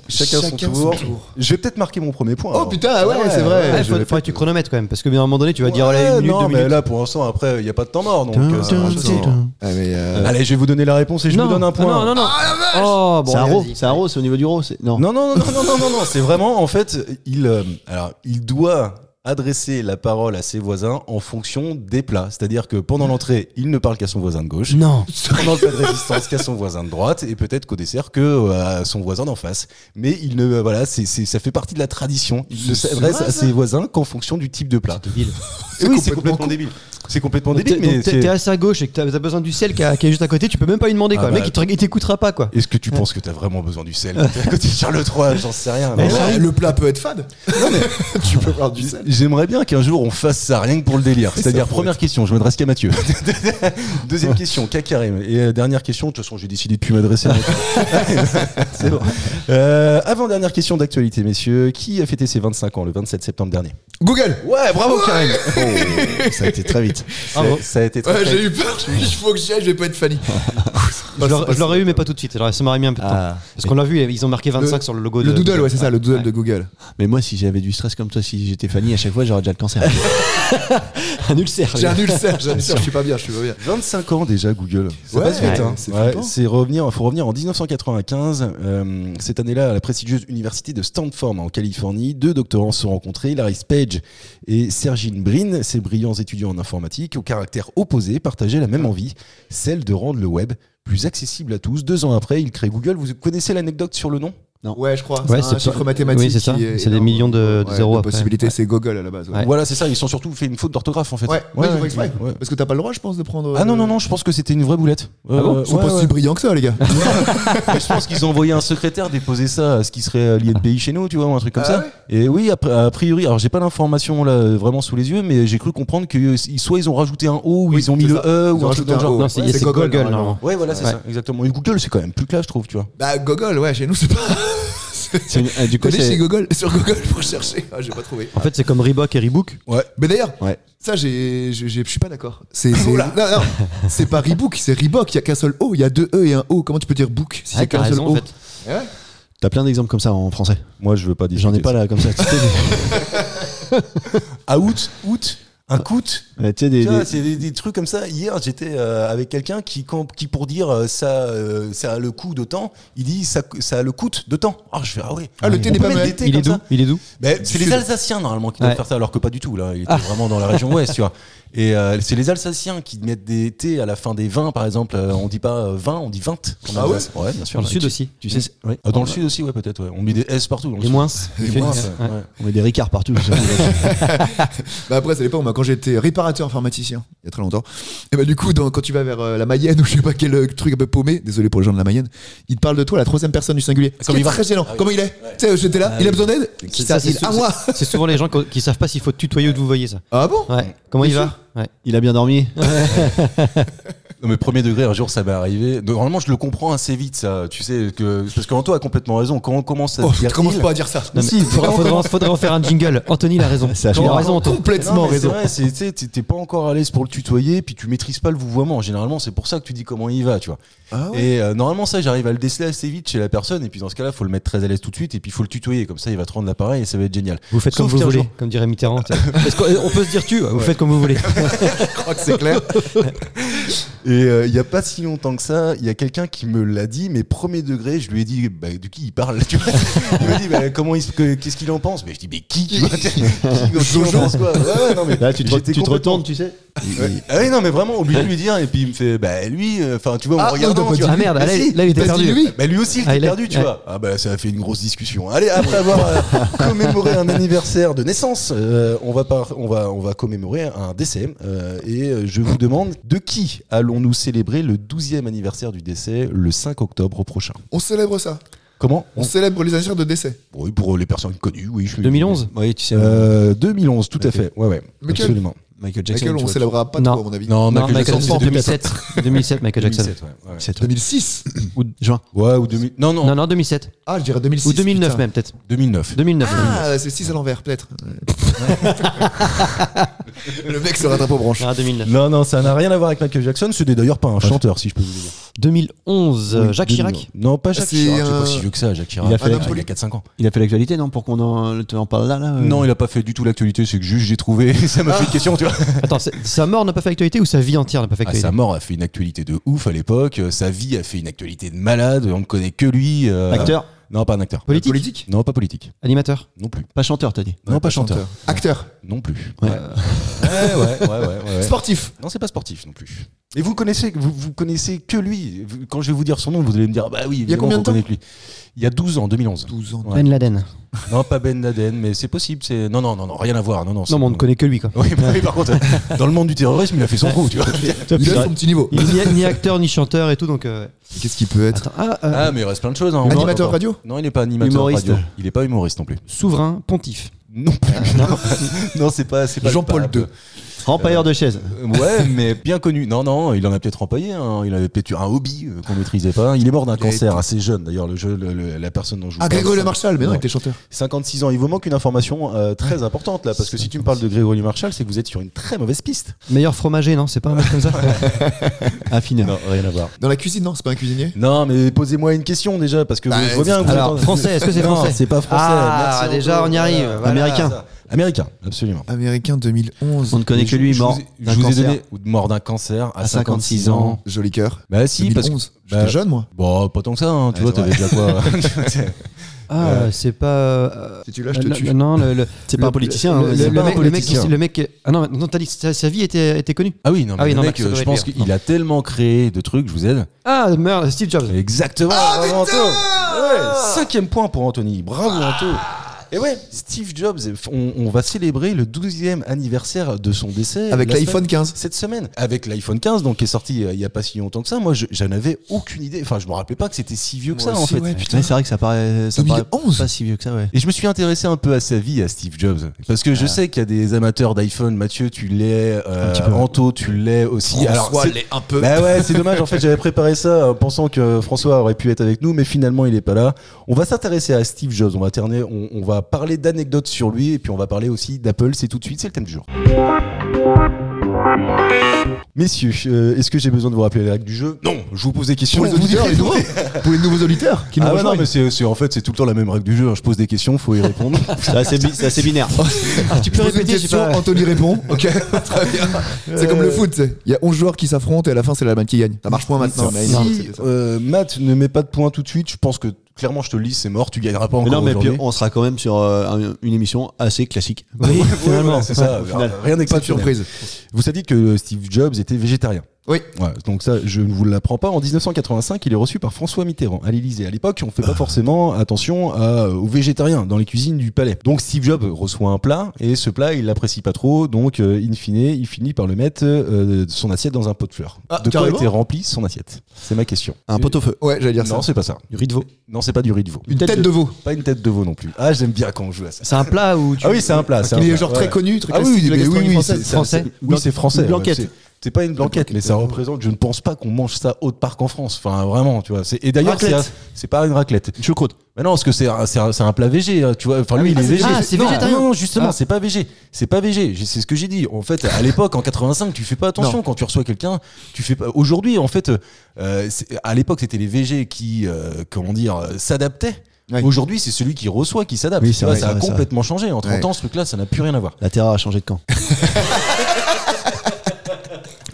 D: Chacun, son, tour. Je vais peut-être marquer mon premier point.
E: Oh
D: alors.
E: putain, ah ouais, c'est
F: Ouais,
E: vrai.
F: faut- faudrait que tu chronomètres quand même. Parce que, bien, à un moment donné, tu vas dire, oh là,
D: Ouais,
F: une minute,
D: non,
F: deux
D: mais
F: minutes.
D: là, pour l'instant, après, il n'y a pas de temps mort. Donc, euh, ça marche aussi.
E: Ah, mais, euh,
D: Allez, je vais vous donner la réponse et je vous donne un point.
F: Non, non, non. oh, bon,
G: C'est un
F: allez,
G: ro.
F: vas-y.
G: C'est un ro. C'est au niveau du ro. c'est- Non.
D: Non, non, non, non, non, non, non, c'est vraiment, en fait, il, euh, alors, il doit adresser la parole à ses voisins en fonction des plats. C'est-à-dire que pendant l'entrée, il ne parle qu'à son voisin de gauche.
F: Non.
D: Pendant le plat de résistance, qu'à son voisin de droite. Et peut-être qu'au dessert, que euh, à son voisin d'en face. Mais il ne, euh, voilà, c'est, c'est- ça fait partie de la tradition. Il ne s'adresse à ses voisins qu'en fonction du type de plat. C'est oui, c'est complètement débile. C'est complètement
F: Donc,
D: débile,
F: t'es-
D: mais
F: donc, t'es
D: c'est-
F: t'es assez à gauche et que t'as t'as besoin du sel qui, a- qui est juste à côté, tu peux même pas lui demander
D: Ah
F: quoi.
D: bah.
F: Le mec, il te- il t'écoutera pas quoi.
D: Est-ce que tu penses que t'as vraiment besoin du sel quand t'es à côté de Charles III J'en sais rien.
E: ouais,
D: vraiment.
E: le plat peut être fade. tu peux avoir du sel.
D: J'aimerais bien qu'un jour on fasse ça rien que pour le délire. C'est-à-dire, première question, je m'adresse qu'à Mathieu. Deuxième question, qu'à Karim. Et euh, dernière question, de toute façon, j'ai décidé de plus m'adresser à C'est bon. Euh, Avant-dernière question d'actualité, messieurs. Qui a fêté ses 25 ans le 27 septembre dernier
E: Google
D: Ouais, bravo, Karim
G: Oh, Ça a été très vite.
F: Bravo.
D: Ça a été très.
E: Ouais,
D: très-
E: j'ai eu peur, je me suis dit, faut que j'y aille, je vais pas être Fanny.
F: Je l'aurais- je l'aurais eu, mais pas tout de suite. Alors, ça m'aurait mis un peu de temps.
G: Ah.
F: Parce qu'on l'a vu, ils ont marqué 25
E: Le-
F: sur le logo de.
E: Le doodle, ouais, c'est ça, le doodle
F: Ouais.
E: de Google.
G: Mais moi, si j'avais du stress comme toi, si j'étais Fanny, à chaque fois, j'aurais déjà le cancer. un ulcère.
E: J'ai un ulcère, j'ai un ulcère, je suis pas bien, je suis pas bien.
D: 25 ans déjà Google. Ça
E: Ouais,
D: passe vite. hein.
E: ouais, c'est
D: Ouais,
E: flippant.
D: c'est revenir. Faut revenir en 1995. euh, cette année-là, à la prestigieuse université de Stanford en Californie, deux doctorants se sont rencontrés, Larry Page et Sergine Brin. Ces brillants étudiants en informatique, au caractère opposé, partageaient la même envie, celle de rendre le web plus accessible à tous. Deux ans après, il crée Google. Vous connaissez l'anecdote sur le nom
E: Ouais, je crois.
F: Ouais,
E: c'est un
F: c'est
E: chiffre
F: pas-
E: mathématique.
F: oui, c'est ça.
E: qui est
F: C'est des
E: énorme.
F: millions de- de
E: Ouais,
F: zéros après.
E: possibilités.
F: Ouais.
E: C'est Google à la base. Ouais,
F: Ouais.
E: ouais.
D: Voilà, c'est ça. Ils ont surtout fait une faute d'orthographe en fait.
E: ouais,
D: Ouais,
E: je vois
D: ouais,
E: exprès.
D: ouais.
E: Parce que t'as pas le droit, je pense, de prendre. euh,
D: Ah non, non, non, je pense que c'était une vraie boulette. Euh,
E: Ils sont
D: ouais,
E: pas
D: ouais.
E: si brillants que ça, les gars.
D: je pense qu'ils ont envoyé un secrétaire déposer ça à ce qui serait lié de pays chez nous, tu vois, ou un truc comme
E: Ah
D: ça.
E: ouais
D: Et oui, après- a priori, alors j'ai pas l'information là euh, vraiment sous les yeux, mais j'ai cru comprendre que euh, soit ils ont rajouté un O, ou
E: Oui,
D: ils ont mis
E: c'est
D: le
E: ça.
D: E,
E: Ils
D: ou
E: ont
D: un truc
E: rajouté
D: dans le
E: un
D: genre.
E: O.
F: Non, c'est
E: Ouais, c'est
F: c'est
E: Google,
F: Google,
E: normalement.
F: normalement.
D: Ouais, voilà, c'est
F: Ouais.
D: ça, exactement. Et Google, c'est quand même plus clair, je trouve, tu vois.
E: Bah, Google, ouais, chez nous, c'est pas.
G: C'est une- euh, du coup,
E: Collez
G: c'est-
E: chez Google, sur Google pour chercher. Ah, j'ai pas trouvé.
F: En fait, c'est comme Reebok et Reebok.
E: Mais d'ailleurs,
G: Ouais.
E: ça, j'ai- j'ai- j'ai- je suis pas d'accord. C'est c'est- non, non, c'est pas Rebook, c'est Reebok. Il y a qu'un seul O, il y a deux E et un O. Comment tu peux dire book si c'est
F: Ah, t'as
E: qu'un seul
F: raison, en
E: O
F: fait.
E: Eh ouais.
G: T'as plein d'exemples comme ça en français.
D: Moi, je veux pas dire.
G: J'en ai pas là comme ça. Tu sais, des-
D: À août, août, Ah, un coût.
G: euh, tu sais, des-
D: Tu vois,
G: des-
D: c'est des, des trucs comme ça. Hier, j'étais euh, avec quelqu'un qui, com- qui, pour dire euh, ça, euh, ça a le coût de temps, il dit ça, ça a le coût de temps. Ah, je fais, ah oui.
E: Ah, le thé n'est pas mal.
F: Il est doux. Il est doux.
D: Ben, c'est les
E: sud.
D: Alsaciens normalement qui doivent
F: Ouais.
D: faire ça, alors que pas du tout. Là, il était vraiment dans la région ouest, tu vois. Et euh, c'est les Alsaciens qui mettent des thés à la fin des vins, par exemple. Euh, on dit pas euh, 20, on dit 20. en
E: Ah
D: Alsace. ouais, bien
F: Dans
D: sûr.
F: le
D: là.
F: sud aussi.
G: tu sais, c'est- ouais.
D: Ah, dans le sud aussi, ouais, peut-être. Ouais. On met des S partout. Dans le
F: Les
D: sud.
F: moins.
D: Les moins, ouais.
G: on met des ricards partout.
E: Bah après, ça dépend. Moi, quand j'étais réparateur informaticien, il y a très longtemps, et bah du coup, dans- quand tu vas vers euh, la Mayenne ou je sais pas quel euh, truc un peu paumé, désolé pour les gens de la Mayenne, il te parle de toi à la troisième personne du singulier. Ce
D: Comme
E: qui est
D: il va.
E: très gênant.
D: Ah oui.
E: Comment il est Tu sais, j'étais là, il a besoin d'aide
F: C'est-
E: Ça,
F: c'est
E: il-
F: sou-
E: À moi
F: c'est- C'est souvent les gens qui qui savent pas s'il faut tutoyer ou vous voyez ça.
E: Ah bon
F: Ouais. Comment il va Ouais.
G: Il a bien dormi.
D: Non, mais premier degré, un jour ça m'est arrivé. Normalement, je le comprends assez vite, ça. Tu sais, que... parce qu'Anto a complètement raison. Quand on commence à
E: Oh,
D: dire
E: commence
D: il-
E: pas à dire ça.
F: Non, mais faudra, faudra- faudra en faire un jingle. Anthony, il a raison.
G: C'est
F: Il a
G: HPR.
F: raison, Anto.
E: Complètement
D: Non, mais
E: raison.
D: C'est vrai, c'est- tu sais, t'es t'es pas encore à l'aise pour le tutoyer, puis tu maîtrises pas le vouvoiement. Généralement, c'est pour ça que tu dis comment il va, tu vois.
E: Ah ouais.
D: Et euh, normalement, ça, j'arrive à le déceler assez vite chez la personne, et puis dans ce cas-là, faut le mettre très à l'aise tout de suite, et puis faut le tutoyer, comme ça, il va te rendre l'appareil, et ça va être génial.
F: Vous faites comme
D: Sauf
F: vous
D: qu'un
F: voulez,
D: jour-
F: comme dirait Mitterrand. tu sais. Parce qu'on- on peut se dire tu, vous faites comme vous voulez.
E: Je crois que c'est clair.
D: Et euh, il y a pas si longtemps que ça, il y a quelqu'un qui me l'a dit, mais premier degré, je lui ai dit, bah, de qui il parle, tu vois. Il m'a dit, bah, comment il se- que- qu'est-ce qu'il en pense? Mais je dis, mais qui? tu vois, qui- qui en pense, quoi Ouais, ouais, non, mais
G: Là, tu te,
D: j'étais
G: tu te
D: complètement-
G: retournes, tu sais.
D: Ouais. Ah oui, non, mais vraiment, obligé de lui dire. Et puis il me fait, bah lui, euh, enfin, tu vois, on
E: Ah,
D: regarde.
E: non, il doit pas dire
F: Ah merde, là, il- là, il était
E: Vas-y,
F: perdu.
E: lui.
D: Bah lui aussi, il
F: Ah,
D: était
F: il est-
D: perdu, tu
F: ouais.
D: vois. Ah bah ça a fait une grosse discussion. Allez, après avoir euh, commémoré un anniversaire de naissance, euh, on va par- on va, on va commémorer un décès. euh, et euh, je vous demande, de qui allons-nous célébrer le 12e anniversaire du décès le 5 octobre prochain
E: On célèbre ça.
D: Comment Oh,
E: On célèbre les anniversaires de décès.
D: Oui, pour les personnes connues, oui. Je
F: 2011
G: Oui, tu sais.
D: Euh, 2011, tout à
G: Ok.
D: fait. Ouais, ouais.
E: Michael
D: Absolument.
G: Michael Jackson.
E: Laquelle
G: tu
E: on
G: vois.
E: célébrera pas
F: Non.
E: trop, à mon avis.
D: Non,
F: Non,
D: Michael
F: Michael
D: Jackson,
F: Jackson, 2007. 2007, Michael Jackson.
D: 2007, ouais, ouais.
E: 2006.
F: Ou, juin.
D: Ouais, ou 2000. Non, non,
F: Non, non, 2007.
E: Ah, je dirais 2006.
F: Ou 2009
E: putain.
F: même, peut-être.
D: 2009.
F: 2009.
E: Ah, c'est 6 à l'envers, peut-être. Le mec se rattrape aux branches.
F: Ah, 2009.
D: Non, non, ça n'a rien à voir avec Michael Jackson. Ce n'est d'ailleurs pas un chanteur, si je peux vous le dire.
F: 2011, euh, Jacques Chirac.
D: Non, pas Jacques
E: C'est
D: Chirac. Je sais
E: un-
D: pas si vieux que ça, Jacques Chirac.
G: Il a fait
D: Ah,
E: la-
D: il a 4-5 ans.
G: Il a fait l'actualité, non Pour qu'on en, te en parle là, là euh.
D: Non, il a pas fait du tout l'actualité. C'est que juste j'ai trouvé. ça m'a fait une question, tu vois.
F: Attends, c'est- sa mort n'a pas fait actualité ou sa vie entière n'a pas fait
D: Ah,
F: actualité
D: sa mort a fait une actualité de ouf à l'époque. euh, Sa vie a fait une actualité de malade. On ne connaît que lui. euh,
G: Acteur
D: Non, pas un acteur.
F: Politique,
D: Non, pas politique.
F: Animateur
D: Non plus.
G: Pas chanteur, t'as dit.
D: Non, pas, chanteur.
E: Acteur.
D: Non plus.
G: Ouais.
D: ouais, Eh, ouais, ouais, ouais, ouais.
E: Sportif.
D: Non, c'est pas sportif non plus. Et vous connaissez, vous, vous connaissez que lui. Vous- Quand je vais vous dire son nom, vous allez me dire, bah oui,
E: Il y a
D: évidemment
E: combien
D: qu'on
E: de temps
D: connaît que lui. Il y a 12 ans, 2011.
E: 12 ans.
D: Ouais.
F: Ben Laden.
D: Non, pas Ben Laden, mais c'est possible. C'est non, non, non, non, rien à voir. Non, non. c'est-
F: Non, mais on ne connaît que lui, quoi.
D: Oui, bah oui, par contre, dans le monde du terrorisme, il a fait son trou, tu vois.
E: Il a son petit niveau.
F: Il n'est ni, ni acteur ni chanteur et tout, donc. euh,
E: Qu'est-ce qu'il peut être
F: Attends, ah, euh,
D: Ah, mais il reste plein de choses. hein. On va-
E: Animateur
D: on va-
E: radio
D: Non, il n'est pas animateur
G: Humoriste.
D: radio. Il n'est pas humoriste non plus.
F: souverain, pontife.
D: Non, non, non, c'est pas, c'est pas le
E: Jean-Paul
D: pape.
E: II.
G: Empailleur de chaise.
D: Euh, Ouais, mais bien connu. Non, non, il en a peut-être empaillé. hein. Il avait peut-être eu un hobby euh, qu'on maîtrisait pas. Il est mort d'un cancer assez jeune. D'ailleurs, le jeu, le- le- la personne dont je vous
E: Ah,
D: parle,
E: Grégory Le
D: c'est-
E: Marchal, mais non,
D: Ouais.
E: il était chanteur.
D: 56 ans. Il vous manque une information euh, très importante là, parce que si tu me parles de Grégory Marshall, c'est que vous êtes sur une très mauvaise piste.
F: Meilleur fromager, non C'est pas un mec comme ça
G: Affineur.
D: Non, rien à voir.
E: Dans la cuisine, non, c'est pas un cuisinier
D: Non, mais posez-moi une question déjà, parce que
E: Bah,
G: Ah,
D: je vois bien que vous
F: Alors,
D: entendez-
F: français, est-ce que c'est
D: Non,
F: français
D: C'est pas français.
F: Ah,
D: Merci,
F: déjà,
D: Antoine.
F: on y arrive. Voilà.
D: Américain. Américain, absolument.
E: Américain 2011.
G: On ne connaît que lui,
D: Je
G: mort
D: vous ai- Je
G: d'un
D: vous ai
G: cancer.
D: donné mort d'un cancer à,
G: À
D: 56,
G: 56
D: ans.
E: Joli cœur.
D: Bah si, parce que
E: 2011. J'étais
D: bah-
E: jeune, moi.
D: bon, pas tant que ça. hein, tu
E: Ouais,
D: vois, t'avais déjà quoi hein.
F: Ah, c'est pas. euh,
E: Si tu lâches, je te
F: non,
E: tue.
F: non, le- le-
G: C'est pas un
F: le-
G: politicien.
F: Le,
G: hein,
F: le-
G: c'est
F: le
G: pas un
F: mec, le mec,
G: politicien.
F: qui- le mec qui- ah non, non, t'as dit que sa, sa vie était, était connue.
D: Ah oui, non, mais
F: Ah oui,
D: le
F: non,
D: mec,
F: bah, ça
D: euh,
F: doit
D: je
F: être
D: pense
F: pire.
D: qu'il a tellement créé de trucs. Je vous aide.
F: Ah, merde, Steve Jobs.
D: Exactement. bravo, Anto. Ouais, cinquième point pour Anthony. Bravo Anto. Et ouais, Steve Jobs, on, on va célébrer le 12e anniversaire de son décès.
E: Avec
D: la semaine-
E: l'iPhone 15.
D: Cette semaine, avec l'iPhone 15, donc qui est sorti euh, il n'y a pas si longtemps que ça, moi je- j'en avais aucune idée. Enfin, je me rappelais pas que c'était si vieux que
E: Moi
D: ça en
E: aussi,
D: fait.
E: ouais, putain.
G: Ouais, c'est vrai que ça paraît, ça paraît
E: 2011.
G: pas si vieux que ça, ouais.
D: Et je me suis intéressé un peu à sa vie, à Steve Jobs. Parce que je sais qu'il y a des amateurs d'iPhone. Mathieu, tu l'es. euh, Anto, tu l'es aussi.
E: François
D: c'est-
E: l'est un peu.
D: Bah ouais, c'est dommage. En fait, j'avais préparé ça en pensant que François aurait pu être avec nous, mais finalement, il est pas là. On va s'intéresser à Steve Jobs. On va, terner- on, on va parler d'anecdotes sur lui et puis on va parler aussi d'Apple. C'est tout de suite, c'est le thème du jour. Messieurs, euh, est-ce que j'ai besoin de vous rappeler les règles du jeu Non, je vous pose des questions.
E: Pour les
D: vous y
E: auditeurs, les
D: répondez.
E: nouveaux. Pour les nouveaux auditeurs qui nous
D: Ah ouais, non,
E: rejoignent.
D: mais c'est c'est- en fait, c'est tout le temps la même règle du jeu. hein. Je pose des questions, faut y répondre.
G: C'est assez, bi- c'est assez binaire.
E: Je
F: tu
E: pose
F: peux
E: une
F: répéter, j'ai
E: question,
F: pas.
E: Anthony répond. Ok, très bien. C'est comme le foot. tu sais. Il y a 11 joueurs qui s'affrontent et à la fin, c'est l'Allemagne qui gagne. Ça marche moins maintenant. mais à une époque,
D: si
E: c'était ça.
D: euh, Matt ne met pas de points tout de suite, je pense que clairement, je te lis, c'est mort. Tu gagneras pas
G: Mais
D: encore.
G: non, mais puis
D: aujourd'hui.
G: on sera quand même sur euh, un- une émission assez classique.
D: Oui,
G: finalement.
D: c'est ça.
G: Au final.
D: Rien n'est
E: Pas de surprise.
D: Vous saviez que Steve Jobs était végétarien.
E: Oui.
D: Ouais, donc ça, je ne vous l'apprends pas. En 1985, il est reçu par François Mitterrand à l'Élysée. À l'époque, on ne fait pas forcément attention à- euh, aux végétariens dans les cuisines du palais. Donc Steve Jobs reçoit un plat et ce plat, il l'apprécie pas trop. Donc, euh, in fine, il finit par le mettre euh, son assiette dans un pot de fleurs.
E: Ah,
D: de quoi
E: carrément
D: était remplie son assiette C'est ma question.
G: Un pot au feu.
E: Ouais, j'allais dire ça.
D: Non, c'est pas ça.
G: Du riz de veau.
D: Non, c'est pas du riz de veau.
E: Une tête de veau.
D: Pas une tête de veau non plus. Ah, j'aime bien quand on joue à ça.
F: C'est un plat où tu.
D: Ah oui, c'est un plat. c'est un
E: Il est
D: plat,
E: genre
D: ouais.
E: très connu, très
D: Ah oui,
E: classique de la
D: mais oui,
E: gastronomie
D: oui,
E: française.
D: c'est c'est-
F: Français
D: c'est- Oui, c'est français.
F: Une blanquette.
D: ouais, c'est- C'est pas une blanquette, mais ça représente. Je ne pense pas qu'on mange ça haute part qu'en France. Enfin, vraiment, tu vois. c'est- Et d'ailleurs, c'est
F: Raclette.
D: un- c'est pas une raclette.
G: Une choucroute.
D: Mais non, parce que c'est un, c'est un- c'est un plat végé, hein, tu vois. Enfin, lui, il est végé.
F: ah, c'est
D: Non,
F: végétarien.
D: Non, non, justement,
F: Ah.
D: c'est pas végé. C'est pas végé. J'ai- C'est ce que j'ai dit. En fait, à l'époque, en 85, tu fais pas attention quand tu reçois quelqu'un. Tu fais pas. Aujourd'hui, en fait, euh, c'est- à l'époque, c'était les végés qui, euh, comment dire, euh, s'adaptaient.
E: Ouais.
D: Aujourd'hui, c'est celui qui reçoit qui s'adapte.
G: Oui, c'est
D: Tu vois,
G: vrai,
D: ça
G: c'est
D: a
G: vrai, c'est
D: complètement changé. En 30
E: Ouais.
D: ans, ce truc-là, ça n'a plus rien à voir.
G: La Terre a changé de camp.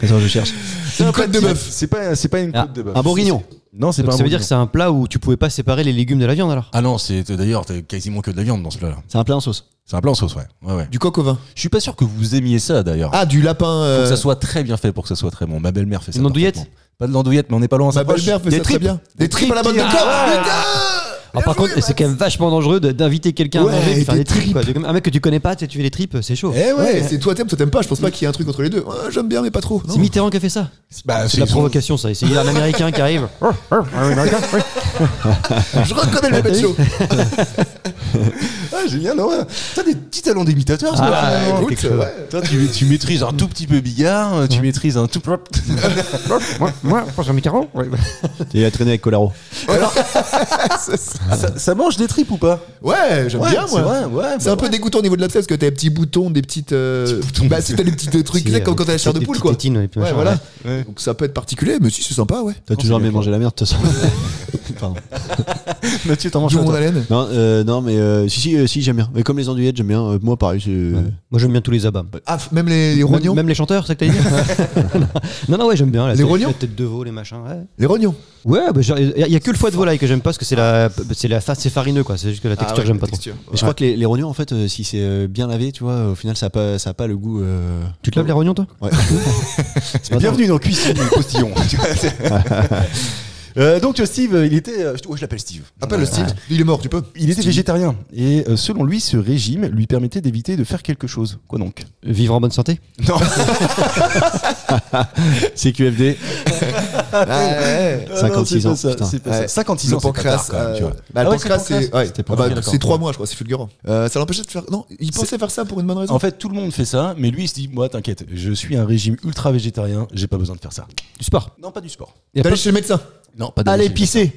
G: Attends, je cherche.
E: C'est une côte de bœuf.
D: C'est pas, c'est pas une
F: Ah,
D: côte de bœuf.
G: Un bourguignon.
D: Non, c'est
F: Donc
D: pas un
F: ça veut dire que
D: bourguignon.
F: c'est un plat où tu pouvais pas séparer les légumes de la viande alors.
D: Ah non, c'est d'ailleurs, t'as quasiment que de la viande dans ce plat-là.
G: C'est un plat en sauce.
D: C'est un plat en sauce, ouais. ouais, ouais.
E: Du coq au vin.
D: Je suis pas sûr que vous aimiez ça d'ailleurs.
E: Ah, du lapin.
D: Faut
E: euh,
D: que ça soit très bien fait pour que ça soit très bon. Ma belle-mère fait ça.
F: Une andouillette
D: parfaitement. Pas de l'andouillette, mais on n'est pas loin.
E: Ma
D: ça passe.
E: belle-mère fait
D: Des
E: ça très
D: tripes.
E: bien. Des tripes à la mode de
D: Ah,
E: corps.
F: Ah, par contre, c'est quand même vachement dangereux de- d'inviter quelqu'un
E: Ouais,
F: à manger, de faire
E: des
F: des tripes.
E: tripes.
F: quoi. De- Un mec que tu connais pas, tu sais, tu fais des tripes, c'est chaud.
D: Eh
E: Ouais,
D: ouais.
E: c'est toi t'aimes, toi t'aimes pas. Je pense pas qu'il y ait un truc entre les deux. Ouais, J'aime bien, mais pas trop.
F: C'est Mitterrand qui a fait ça.
D: Bah,
F: C'est de la provocation, ça. C'est un américain qui arrive.
E: Je reconnais le Muppet Show.
D: Ah, génial, ouais. T'as des petits talents d'imitateur, ça. euh,
E: Ah,
D: vraiment.
E: écoute,
D: Quelque chose.
E: ouais.
D: Toi, tu, tu maîtrises un tout petit peu Bigard, tu maîtrises un tout.
F: Moi, François Mitterrand
G: Et a traîné avec Colaro.
D: Ah, ça, ça mange des tripes ou pas
E: Ouais, j'aime
D: Ouais,
E: bien
D: c'est vrai,
E: moi.
D: ouais,
E: C'est
D: bah
E: un peu dégoûtant au niveau de l'abcès parce que t'as des petits boutons, des petites. euh,
D: boutons.
E: Bah, si t'as des petits euh, trucs, tu sais,
F: hein.
E: comme quand t'as la chair de poule quoi.
F: Tétines, et puis
E: Ouais,
F: machin,
E: voilà.
F: ouais.
E: Donc ça peut être particulier, mais si, c'est sympa, ouais.
G: T'as toujours aimé manger la merde, de toute façon. Pardon.
D: Mathieu, t'en manges
E: D'où
D: pas,
E: mon
D: toi
E: haleine.
G: Non, euh, non, mais euh, si, si, euh, si, j'aime bien. Mais comme les andouillettes, j'aime bien. Euh, moi, pareil. c'est-
F: Moi, j'aime bien tous les abats.
E: Ah, f- même les, les
F: Même,
E: rognons.
F: même les chanteurs, c'est ça que t'as dit Non, non, ouais, j'aime bien. la
E: Les
F: tête-
E: rognons
F: La tête de veau, les machins, ouais.
E: Les rognons.
F: Ouais, bah, genre, il y a- il y a que le foie de volaille que j'aime pas parce que c'est la, c'est la, fa- c'est farineux quoi. C'est juste que
E: Ah
F: la
D: Ah,
F: texture j'aime pas trop.
G: Mais je crois que les, les rognons, en fait, euh, si c'est euh, bien lavé, tu vois, au final, ça n'a pas, ça a pas le goût. euh,
F: Tu te laves les rognons toi
G: Ouais.
D: Bienvenue dans Cuisine et Postillon. Tu vois, c'est- Euh, donc Steve, il était, euh, je- ouais, je l'appelle Steve.
E: Appelle le Steve. Il est mort, tu peux.
D: Il était végétarien et euh, selon lui, ce régime lui permettait d'éviter de faire quelque chose. Quoi donc
F: Vivre en bonne santé
D: Non,
G: CQFD.
E: Ouais.
G: 56 ans, putain.
D: Ah c'est pas
E: Ouais.
D: ça. 56
E: le
D: ans, c'est pas
E: pancréas,
D: tard, quand même, tu
E: euh, bah,
D: vois. Ah
E: le
D: ouais,
E: pancréas, c'est ouais,
G: C'était pas
E: ah bah,
G: mal, d'accord.
E: c'est trois mois, je crois, c'est fulgurant. Euh, ça l'empêchait de faire. Non, il pensait faire ça pour une bonne raison.
D: En fait, tout le monde fait ça, mais lui, il se dit, moi, t'inquiète, je suis un régime ultra végétarien, j'ai pas besoin de faire ça.
F: Du sport.
D: Non, pas du sport.
F: Il y a
E: D'aller
F: pas-
E: chez le médecin.
D: Non, pas
G: Allez pisser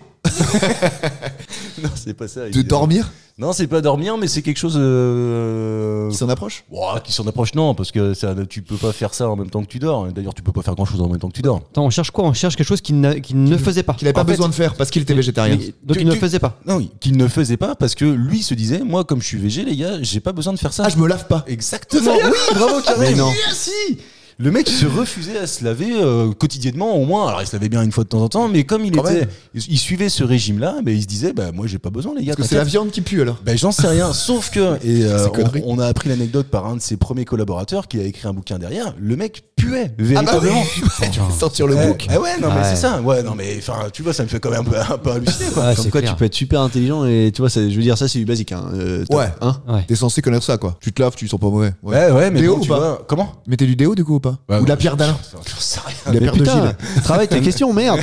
D: non, c'est pas ça.
E: De
D: évidemment.
E: dormir
D: Non, c'est pas dormir, mais c'est quelque chose. euh,
E: Qui s'en approche
D: ouah, qui s'en approche, non, parce que ça, tu peux pas faire ça en même temps que tu dors. D'ailleurs, tu peux pas faire grand chose en même temps que tu dors.
F: Attends, on cherche quoi On cherche quelque chose qu'il n'a- qu'il ne faisait pas.
E: Qu'il avait
F: En
E: pas
F: fait,
E: besoin de faire parce qu'il était végétarien.
F: mais- Donc
D: Tu-
F: il ne
D: tu-
F: faisait pas.
D: Non, oui, qu'il ne faisait pas parce que lui se disait, moi, comme je suis végé, les gars, j'ai pas besoin de faire ça.
E: Ah, je me lave pas.
D: Exactement. Oui, bravo Karim.
F: Mais non.
D: Merci. Le mec se refusait à se laver euh, quotidiennement au moins. Alors il se lavait bien une fois de temps en temps, mais comme il
E: Quand
D: était,
E: même.
D: il suivait ce régime-là, mais il se disait bah moi j'ai pas besoin les gars.
E: Parce que c'est la
D: t'inquiète.
E: viande qui pue alors.
D: Ben j'en sais rien, sauf que et euh,
E: Ces conneries.
D: on, on a appris l'anecdote par un de ses premiers collaborateurs qui a écrit un bouquin derrière. Le mec
E: Ah
D: puait
E: bah
D: véritablement.
E: Sortir le
D: Eh,
E: bouc.
D: eh ouais non mais
F: Ouais.
D: c'est ça. Ouais non mais enfin tu vois ça me fait quand même un peu, un peu halluciner quoi.
F: Ouais,
G: Comme
F: c'est
G: quoi,
F: clair.
G: tu peux être super intelligent et tu vois, ça- je veux dire, ça, c'est du basique. Hein, euh, top,
E: Ouais.
G: hein.
F: Ouais.
E: T'es censé connaître ça quoi. Tu te laves, tu sens pas mauvais. Ouais.
D: Ouais ouais mais
E: Déo
D: bon,
E: ou
D: tu
E: pas
D: vois comment
E: Mettez du déo du coup ou pas
D: Bah
E: Ou de la pierre d'Alain
D: J'en sais rien.
E: Ou de Ah, la
G: Mais
E: pierre de
G: putain,
E: Gilles
G: travaille tes questions, merde.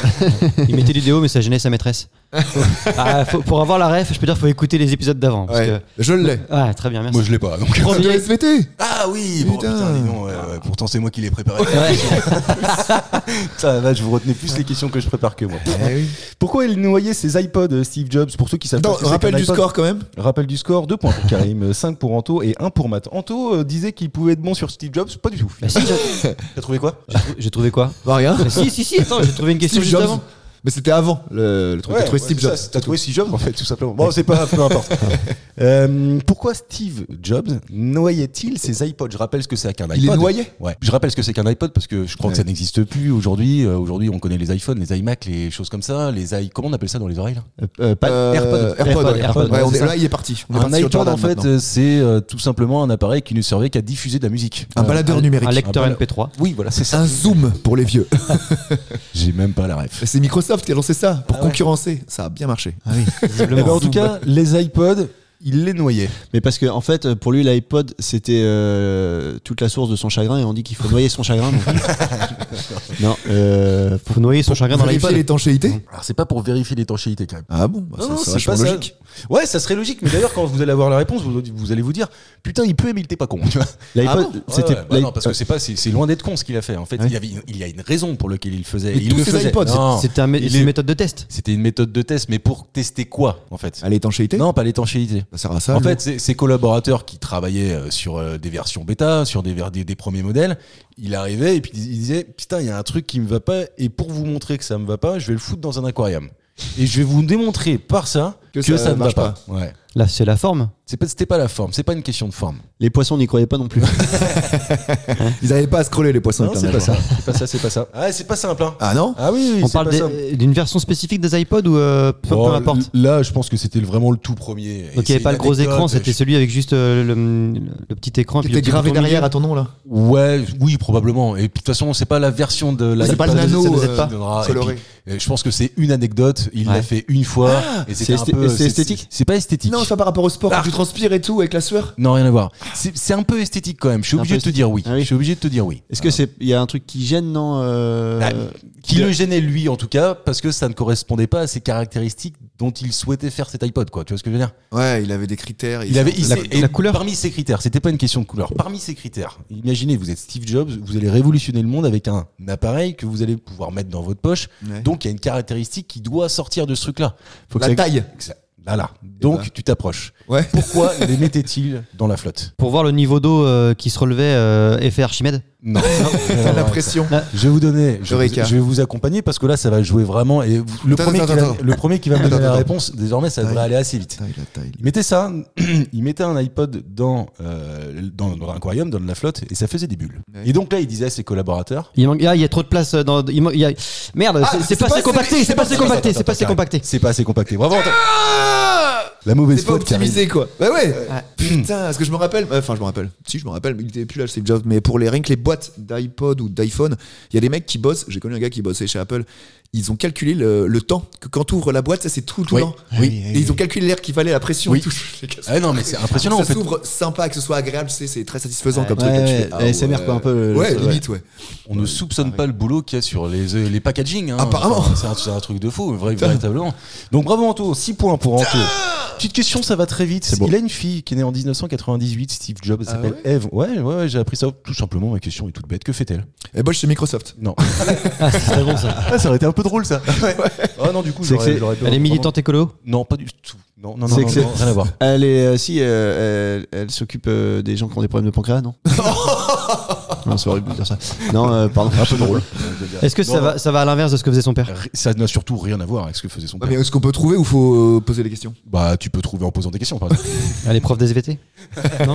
F: Il mettait du déo, mais ça gênait sa maîtresse. Ah, faut- pour avoir la ref, je peux dire, faut écouter les épisodes d'avant. parce
E: Ouais. Je l'ai.
F: que- Ouais, Ah, très bien, merci.
D: Moi je l'ai pas donc.
E: Prends de SVT
D: Ah oui, bon,
E: Putain.
D: putain, dis donc, ouais, ouais, pourtant c'est moi qui l'ai préparé. Ça va, je vous retenais plus les questions que je prépare que moi. Pourquoi il noyait ses iPods, euh, Steve Jobs Pour ceux qui savent
E: Attends,
D: pas ce que c'est
E: rappel
D: qu'un
E: du
D: iPod.
E: score quand même.
D: Rappel du score 2 points pour Karim, 5 pour Anto et 1 pour Matt. Anto euh, disait qu'il pouvait être bon sur Steve Jobs, pas du tout.
F: Bah si, j'ai-
D: T'as trouvé quoi
F: j'ai trou- j'ai trouvé quoi
E: Bah rien.
F: Bah Si, si, si, attends, j'ai trouvé une question
E: Steve
F: juste
E: Jobs.
F: avant.
E: Mais c'était avant le, le truc. T'as trouvé Steve Jobs.
D: T'as trouvé Steve Jobs en fait, tout simplement. Bon, c'est pas, peu importe. Euh, pourquoi Steve Jobs noyait-il ses iPods Je rappelle ce que c'est qu'un iPod.
E: Il les noyait
D: Ouais. Je rappelle ce que c'est qu'un iPod parce que je crois que ça n'existe plus aujourd'hui. Euh, aujourd'hui, on connaît les iPhones, les iMac, les choses comme ça. Les i... Comment on appelle ça dans les oreilles là
F: Euh, pas-
E: Euh,
D: AirPod.
E: AirPod, ouais.
F: AirPod,
E: Ouais,
F: ouais,
E: on
F: c'est
E: est-
F: ça.
E: là, il est parti. On est
D: Un
E: parti sur
D: iPod
E: Jordan
D: en fait,
E: maintenant.
D: euh, c'est euh, tout simplement un appareil qui ne servait qu'à diffuser de la musique.
E: un
D: Euh,
E: baladeur numérique.
F: Un lecteur
D: Ah, bah,
F: MP3.
D: Oui, voilà, c'est ça.
E: Un zoom pour les vieux.
D: J'ai même pas la ref.
E: C'est Microsoft qui a lancé ça pour concurrencer. Ça a bien marché.
D: Eh ben, en tout cas, les iPods, il les noyait.
G: Mais parce que, en fait, pour lui, l'iPod, c'était euh, toute la source de son chagrin et on dit qu'il faut noyer son chagrin. donc. non, euh,
F: Faut noyer son chagrin dans
E: Vérifier
F: l'iPod.
E: l'étanchéité.
D: Alors, c'est pas pour vérifier l'étanchéité quand même.
E: Ah bon bah,
D: Non, non,
E: ça-
D: c'est
E: Ça
D: pas
E: c'est logique.
D: ça. Ouais, ça serait logique, mais d'ailleurs, quand vous allez avoir la réponse, vous, vous allez vous dire Putain, il peut, mais il était pas con. tu vois.
G: L'iPod,
D: Ouais,
G: c'était-
D: ouais, bah
G: l'i-
D: non, parce que c'est pas, c'est c'est loin d'être con ce qu'il a fait. En fait, il, y avait, il y a une raison pour laquelle il le faisait.
E: Mais
D: il
E: tous
D: le
E: ces
D: faisait.
E: iPods,
D: Non,
F: C'était un mé-
D: il
F: c'est une
D: est-
F: méthode de test.
D: C'était une méthode de test, mais pour tester quoi, en fait
E: À l'étanchéité
D: Non, pas l'étanchéité.
E: Ça sert à ça.
D: en
E: le-
D: fait, ses- ses collaborateurs qui travaillaient euh, sur euh, des versions bêta, sur des, ver- des, des premiers modèles, il arrivait et puis il disait Putain, il y a un truc qui me va pas, et pour vous montrer que ça me va pas, je vais le foutre dans un aquarium. Et je vais vous démontrer par ça
E: Que
D: que,
E: ça
D: ça ne va
E: marche
D: pas. Ouais.
F: Là, c'est la forme.
D: C'est pas- C'était pas la forme, c'est pas une question de forme.
G: les poissons n'y croyaient pas non plus.
E: Ils n'avaient pas à scroller les poissons. avec leur
D: c'est pas ça.
E: nageoire.
D: C'est pas ça, c'est pas ça. Ah, c'est pas simple. Hein.
E: Ah non
D: Ah oui, oui
F: On
D: c'est
F: parle
D: pas
F: des-
D: ça.
F: d'une version spécifique des iPods ou euh, peu, peu
D: Oh,
F: importe
D: l- Là, je pense que c'était vraiment le tout premier. Et
F: Donc il
D: c'est
F: n'y avait pas
D: une
F: le gros
D: anecdote,
F: écran,
D: je-
F: c'était celui avec juste euh, le, le- le petit écran. et
E: Qui
F: puis le
E: était
F: petit
E: gravé
F: bouton au milieu.
E: derrière à ton nom là
D: Ouais, oui, probablement. Et puis de toute façon, c'est pas la version de la.
E: C'est pas le
D: ça
E: nano,
D: nous aide
E: euh,
D: pas. Et puis,
E: coloré.
D: euh, je pense que c'est une anecdote. Il
F: Ouais.
D: l'a fait une fois. et c'était
G: c'est
D: un
G: esthé-
D: peu-
G: c'est esthétique
D: C'est pas esthétique.
E: Non, c'est pas par rapport au sport. Quand tu transpires et tout avec la sueur.
D: Non, rien à voir. C'est c'est un peu esthétique quand même. Je suis
G: Un
D: obligé
G: peu
D: de te dire oui.
G: Ah oui.
D: Je suis obligé de te dire oui.
G: Est-ce que c'est, il y a un truc qui gêne, non euh,
D: Ah, qui le gênait lui en tout cas parce que ça ne correspondait pas à ses caractéristiques dont il souhaitait faire cet iPod quoi tu vois ce que je veux dire
E: Ouais, il avait des critères.
D: il avait il
F: la-
D: s'est-
F: la couleur
D: parmi ses critères c'était pas une question de couleur parmi ses critères imaginez vous êtes Steve Jobs vous allez révolutionner le monde avec un appareil que vous allez pouvoir mettre dans votre poche
E: Ouais.
D: donc il y a une caractéristique qui doit sortir de ce truc là faut
E: La taille.
D: voilà donc
E: ben.
D: tu t'approches
E: Ouais.
D: pourquoi les mettait-il dans la flotte
F: Pour voir le niveau d'eau euh, qui se relevait, euh, effet Archimède.
D: non,
E: La pression.
D: Je vais vous donner, je, vais vous-
E: Eureka.
D: je vais vous accompagner parce que là, ça va jouer vraiment. Et vous- le,
E: Attends,
D: premier
E: attends,
D: qui va,
E: attends.
D: le premier qui va me
E: Attends,
D: donner la
E: attends.
D: réponse, désormais, ça devrait
E: Taille.
D: aller assez vite.
E: Taille, la taille.
D: Il mettait ça, il mettait un iPod dans, euh, dans, dans l'aquarium, dans la flotte, et ça faisait des bulles.
E: Ouais.
D: Et donc là, il disait à ses collaborateurs.
F: Il manque- ah, il y a trop de place dans. il manque- il y a- Merde, c'est- c'est pas, assez compacté, c'est pas assez compacté, c'est pas assez
D: Attends,
F: compacté.
D: C'est pas assez compacté. Bravo, Antoine. La mauvaise
E: Ah C'est pas
D: faute. Karine.
E: optimisé quoi. Bah ouais. Putain, parce que je me rappelle. Enfin, je me rappelle. Si, je me rappelle. mais Il était plus là, Steve Jobs. Mais pour les rien que les boîtes d'iPod ou d'iPhone, il y a des mecs qui bossent. J'ai connu un gars qui bossait chez Apple. Ils ont calculé le, le temps que quand tu ouvres la boîte, ça c'est tout, tout
D: Oui.
E: lent.
D: Oui.
E: Et ils ont calculé l'air qui valait la pression.
D: Oui.
E: Et tout. Je les casse.
D: Ah non, mais c'est impressionnant en
E: ça
D: fait.
E: s'ouvre sympa, que ce soit agréable, tu sais, c'est très satisfaisant comme
G: Ouais,
E: truc. Là, tu
G: ouais,
E: fais,
G: la ASMR, quoi, un peu, le-
E: Ouais,
G: le-
E: limite, ouais. Ah
D: On ne soupçonne pas le boulot qu'il y a sur les, euh, les packagings. hein.
E: Apparemment. Ah
D: Enfin, C'est un, c'est un truc de fou, vrai- véritablement. Donc bravo Anto, 6 points pour Anto. petite question, ça va très vite.
E: C'est beau.
D: Il a une fille qui est née en 1998, Steve Jobs, elle
E: Ah
D: s'appelle Eve. Ouais, ouais, ouais, j'ai appris ça tout simplement. Ma question est toute bête. Que fait-elle
E: Elle bosse chez Microsoft.
D: Non.
F: Ah, c'est très bon ça.
D: Ah, ça aurait été un peu drôle ça. Ah non, du coup,
G: C'est que
D: j'aurais-
G: c'est-
D: j'aurais
F: Elle est militante écolo
D: Non, pas du tout. Non, non, non,
G: C'est
D: non,
G: que c'est-
D: non, rien à voir.
G: Elle est, euh, si, euh, elle, elle s'occupe euh, des gens qui ont des problèmes de pancréas, non Non, c'est horrible de dire ça. Non, euh, pardon. Un peu drôle.
F: Est-ce que ça
E: bah.
F: va, ça va à l'inverse de ce que faisait son père
D: Ri- Ça n'a surtout rien à voir avec ce que faisait son
E: Ouais,
D: père.
E: mais est-ce qu'on peut trouver ou faut euh, poser les questions
D: Bah, tu peux trouver en posant des questions, par exemple.
F: Elle est prof des SVT
D: non,
F: Non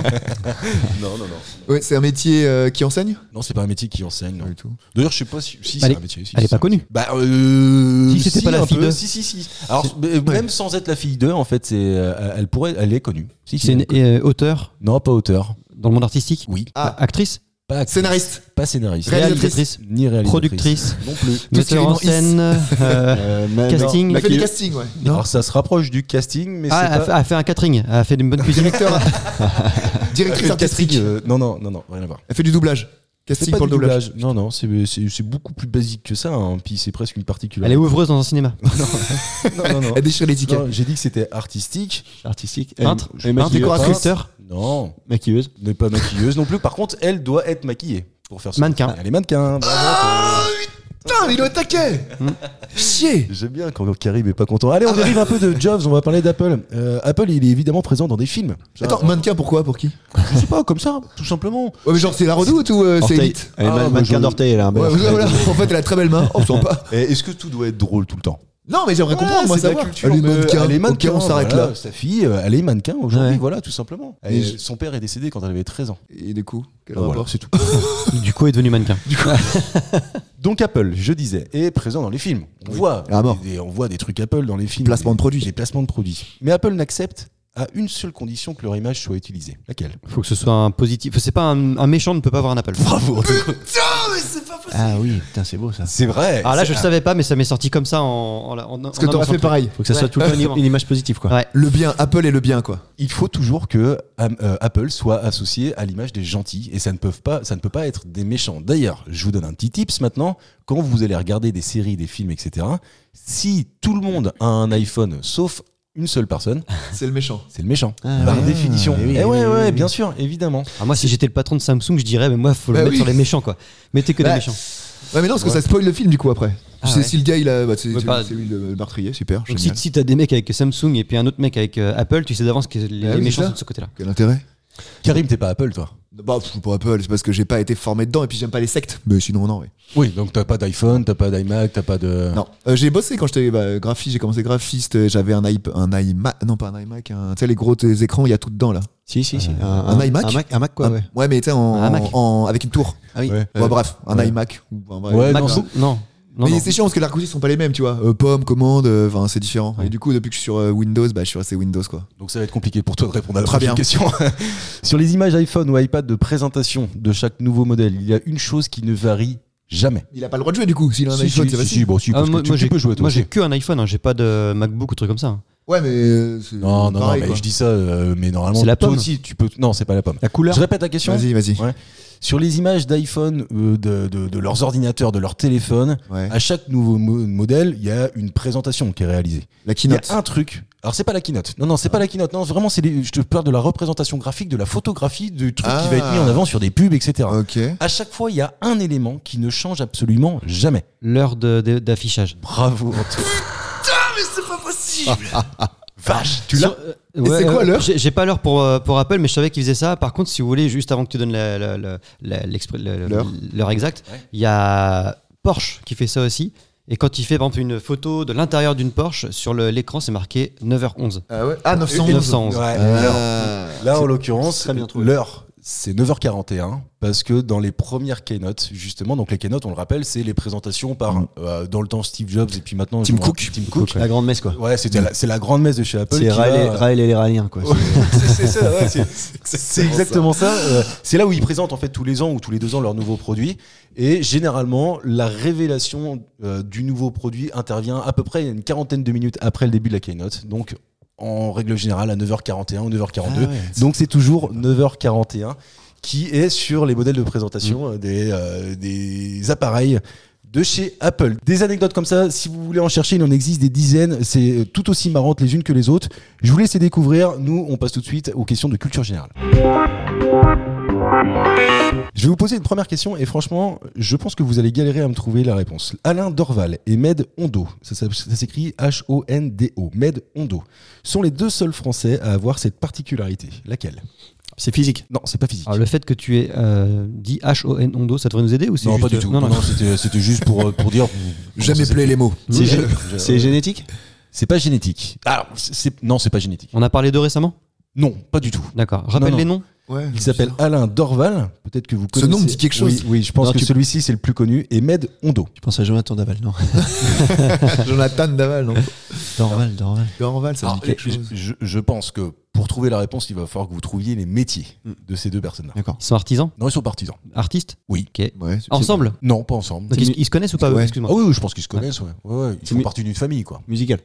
D: non, non.
E: Ouais, c'est un métier euh, qui enseigne
D: Non, c'est pas un métier qui enseigne. non.
E: Pas du tout.
D: D'ailleurs, je sais pas si, si
F: Elle
D: c'est
F: est-
D: un métier. si,
F: elle est
D: c'est
F: pas
D: un
F: connue.
D: métier. Bah, euh,
F: Si, c'était pas la
D: un
F: fille
D: peu.
F: de-
D: Si, si, si. Alors, mais même sans être la fille d'eux, en fait, c'est, euh, elle pourrait, elle est connue. Si, si,
F: C'est une
D: elle est connue.
F: euh, auteur
D: Non, pas auteur.
F: dans le monde artistique
D: Oui.
E: Ah.
F: Actrice
D: Pas,
E: Scénariste.
D: pas scénariste.
E: Réalisatrice.
D: Ni réalisatrice.
F: Productrice.
D: Non plus.
E: Tout ce qui
F: Metteur en
E: est dans Bah,
F: scène euh, Casting
E: Il fait du casting, ouais.
D: Alors, ça se rapproche du casting, mais
F: Ah,
D: c'est
F: elle
D: pas...
F: a fait- a fait un catering, elle a fait une bonne cuisine.
E: Directeur. Directrice
D: Euh,
E: artistique.
D: casting, euh, non, non, non, non, rien à voir.
E: Elle fait du doublage. Casting
D: pas
E: pour le
D: du
E: doublage.
D: Non, non, c'est c'est- c'est beaucoup plus basique que ça. hein. Puis c'est presque une particularité.
F: Elle est ouvreuse dans un cinéma.
D: Non, non, non.
E: Elle déchire les tickets.
D: Non, J'ai dit que c'était artistique.
G: Artistique. Elle-
F: Peintre,
G: elle est
F: peintre,
G: maquilleuse.
E: décoratrice.
F: sculpteur,
D: Non,
G: Maquilleuse.
D: n'est pas maquilleuse non plus. Par contre, elle doit être maquillée pour faire ça.
F: Mannequin.
D: Elle est mannequin. bravo.
E: Putain, mais il est au taquet Chier
D: J'aime bien quand Karim est pas content. Allez, on dérive un peu de Jobs. On va parler d'Apple. Euh, Apple, il est évidemment présent dans des films. Genre,
E: Attends, mannequin pourquoi Pour qui
D: je sais pas, comme ça, tout simplement.
E: Ouais, mais genre, c'est la redoute ou euh, c'est
G: Orteil.
E: élite
G: Elle est
D: Ah,
G: ma-
D: bah,
G: mannequin
D: je-
G: d'orteil, elle a un bel
E: Ouais,
G: orteil.
E: voilà, En fait, elle a très belle main. Oh, sympa.
D: Et Est-ce que tout doit être drôle tout le temps
E: Non, mais j'aimerais
D: Ouais,
E: comprendre, moi,
D: c'est de
E: ça.
D: la culture,
E: Elle est
D: mais
E: mannequin.
D: Elle est mannequin.
E: Ok, on s'arrête
D: voilà,
E: là.
D: Sa fille, euh, elle est mannequin aujourd'hui.
G: Ouais.
D: Voilà, tout simplement.
E: Et
D: Et
E: je-
D: Son père est décédé quand elle avait 13 ans.
E: Et du coup, quel
D: Voilà,
E: rapport
D: c'est tout.
F: du coup est devenu mannequin.
D: Donc Apple, je disais, est présent dans les films. On voit,
E: à mort.
D: des, on voit des trucs Apple dans les films.
E: Placement
D: des-
E: de produits.
D: Des placements de produits. Mais Apple n'accepte à une seule condition que leur image soit utilisée. Laquelle
F: Faut que ce soit un positif. C'est pas un, un méchant ne peut pas avoir un Apple.
D: Bravo.
G: Ah oui, putain, c'est beau ça.
D: C'est vrai.
F: Alors Ah, là je le savais pas mais ça m'est sorti comme ça en en, en,
E: Parce que t'aurais fait pareil.
G: Faut que ça
F: Ouais,
G: soit tout le temps
F: exactement.
G: une, une image positive, quoi.
F: Ouais.
E: Le bien, Apple et le bien, quoi.
D: Il faut toujours que euh, euh, Apple soit associé à l'image des gentils et ça ne, peut pas, ça ne peut pas être des méchants. D'ailleurs, je vous donne un petit tips maintenant. Quand vous allez regarder des séries, des films, etc., si tout le monde a un iPhone sauf une seule personne,
E: C'est le méchant.
D: c'est le méchant.
G: Ah,
D: par
G: ouais.
D: définition.
G: Eh oui,
D: Eh
G: eh
D: ouais,
G: oui,
D: ouais,
G: oui,
D: bien sûr, évidemment.
F: Ah, moi si j'étais le patron de Samsung je dirais mais moi faut le
E: Bah
F: mettre
E: oui.
F: sur les méchants quoi. Mettez que
E: Bah,
F: des méchants.
E: Ouais, mais non, parce que ça spoil le film, du coup, après.
F: Ah
E: tu sais,
F: ouais.
E: si le gars, il a. Bah, c'est
F: Ouais, pas-
E: c'est lui le meurtrier, super.
F: Donc si,
E: génial.
F: si t'as des mecs avec Samsung et puis un autre mec avec euh, Apple tu sais d'avance que les, les
E: Ah oui,
F: méchants
E: c'est ça.
F: sont de ce côté là.
E: Quel intérêt
D: Karim, t'es pas Apple, toi
E: Bah, pff, pour Apple, c'est parce que j'ai pas été formé dedans et puis j'aime pas les sectes. Mais sinon, non, oui.
D: Oui, donc t'as pas d'iPhone, t'as pas d'iMac, t'as pas de.
E: Non. Euh, j'ai bossé quand j'étais bah, graphiste, j'ai commencé graphiste, euh, j'avais un iP- un iMac, non pas un iMac, un- tu sais, les gros t- écrans, il y a tout dedans, là.
G: Si, si, si.
E: un iMac
G: Euh, Un Mac, un Mac, quoi,
E: Un-
G: ouais.
E: mais tu sais, en,
F: Un Mac.
E: en- avec une tour.
G: Ah oui.
D: Ouais.
E: Ouais, bref, un
D: ouais.
E: iMac. ou un vrai-
D: Ouais, non,
F: MacBook non. Non,
E: mais
F: non.
E: c'est chiant parce que les raccourcis sont pas les mêmes, tu vois. Euh, pomme, commande, euh, enfin c'est différent. Et du coup, depuis que je suis sur euh, Windows, bah je suis resté Windows quoi.
D: Donc ça va être compliqué pour toi de répondre à la
E: Très bien.
D: prochaine question. Sur les images iPhone ou iPad de présentation de chaque nouveau modèle, il y a une chose qui ne varie jamais.
E: Il a pas le droit de jouer du coup, s'il a un iPhone, c'est facile.
D: bon, si,
F: Ah,
D: parce que
F: moi,
D: tu-
F: moi,
D: tu
F: j'ai-
D: peux jouer toi
F: moi
D: aussi.
F: j'ai que un iPhone, hein, j'ai pas de MacBook ou truc comme ça. hein.
E: Ouais, mais. euh, c'est
D: Non, non, non,
E: pareil,
D: mais
E: quoi.
D: je dis ça, euh, mais normalement,
F: C'est la
D: toi
F: pomme.
D: aussi, tu peux. Non, c'est pas la pomme.
G: La couleur.
D: Je répète la question.
E: Vas-y, vas-y.
D: Ouais. Sur les images d'iPhone, euh, de, de- de leurs ordinateurs, de leurs téléphones,
E: Ouais.
D: à chaque nouveau mo- modèle, il y a une présentation qui est réalisée.
E: La
D: Il y a
E: keynote.
D: un truc. Alors c'est pas la keynote. Non non, c'est pas la keynote. Non, vraiment c'est les- je te parle de la représentation graphique, de la photographie, du truc
E: Ah.
D: qui va être mis en avant sur des pubs, etc.
E: Ok.
D: À chaque fois, il y a un élément qui ne change absolument jamais.
F: L'heure de- de- d'affichage.
D: Bravo. Antoine.
E: Vache, tu
F: Sur- euh, ouais,
E: c'est quoi
F: euh,
E: l'heure
F: J'ai j'ai pas l'heure pour, euh, pour Apple, mais je savais qu'ils faisaient ça. Par contre, si vous voulez, juste avant que tu donnes la- la- la- la- l'expré- la- la-
E: L'heure.
F: l'heure exacte, il y a Porsche qui fait ça aussi. Et quand il fait par exemple une photo de l'intérieur d'une Porsche, sur le- l'écran, c'est marqué 9h11.
E: Ah ouais. Ah, 911.
F: 911.
D: Ouais,
G: Euh.
D: l'heure. Là, en l'occurrence, l'heure, c'est 9h41, parce que dans les premières keynotes, justement, donc les keynotes, on le rappelle, c'est les présentations par, euh, dans le temps, Steve Jobs, et puis maintenant...
E: Tim
D: je me rappelle-
E: Cook.
D: Tim Cook.
G: La grande messe, quoi.
D: Ouais, c'était la- c'est la, grande messe de chez Apple.
G: C'est
D: qui
G: Raël, et-
D: va-
G: Raël et les Raéliens, quoi.
D: C'est ça, ouais, c'est- c'est exactement ça. Euh, C'est là où ils présentent en fait tous les ans ou tous les deux ans leurs nouveaux produits. Et généralement, la révélation euh, du nouveau produit intervient à peu près une quarantaine de minutes après le début de la keynote. Donc en règle générale à 9h41 ou 9h42.
G: Ah ouais.
D: Donc c'est toujours
G: Mm.
D: 9h41 qui est sur les modèles de présentation euh, des, euh, des appareils de chez Apple. Des anecdotes comme ça, si vous voulez en chercher, il en existe des dizaines. C'est euh, tout aussi marrantes les unes que les autres. Je vous laisse les découvrir. Nous, on passe tout de suite aux questions de culture générale. Je vais vous poser une première question et franchement, je pense que vous allez galérer à me trouver la réponse. Alain Dorval et Med Hondo, ça, ça- ça s'écrit H-O-N-D-O, Med Hondo, sont les deux seuls Français à avoir cette particularité. Laquelle
G: C'est physique.
D: Non, c'est pas physique.
F: Alors, Ah, le fait que tu aies euh, dit H-O-N Hondo, ça devrait nous aider ou c'est
D: non,
F: juste-
D: pas du tout. Non, non, c'était c'était juste pour, euh, pour dire.
E: Jamais
D: Comment ça
E: plaît les mots.
G: C'est gé-
D: je-
G: c'est génétique
D: C'est pas génétique. Alors, c'est- c'est- non, c'est pas génétique.
F: On a parlé d'eux récemment
D: Ah. Non, pas du tout.
F: D'accord. Rappelle
D: Non,
F: les noms.
E: Ouais,
D: Il s'appelle Alain Dorval. Peut-être que vous
E: Ce
D: connaissez.
E: nom me dit quelque chose.
D: Oui, oui, je pense
G: Non,
D: que
G: tu-
D: celui-ci, c'est le plus connu. Et Med Hondo.
G: Je pense à Jonathan Daval, non
E: Jonathan Daval, non
G: Dorval, Dorval.
E: Dorval, ça me
D: Alors,
E: dit quelque
D: Ah, je-
E: chose.
D: Je, je pense que pour trouver la réponse, il va falloir que vous trouviez les métiers de ces deux personnes-là.
F: Ils sont artisans
D: Non, ils sont partisans.
F: Artistes
D: Oui.
F: Ok.
E: Ouais,
F: Ensemble
D: Non, pas ensemble.
F: Donc, ils, ils se connaissent ou pas eux
E: Ouais.
D: Ah
F: Excuse-moi.
D: oui, oui, je pense qu'ils se connaissent. Ouais. Ouais, ouais, Ils
G: C'est
D: font
G: mi-
D: partie d'une famille, quoi.
G: Musical.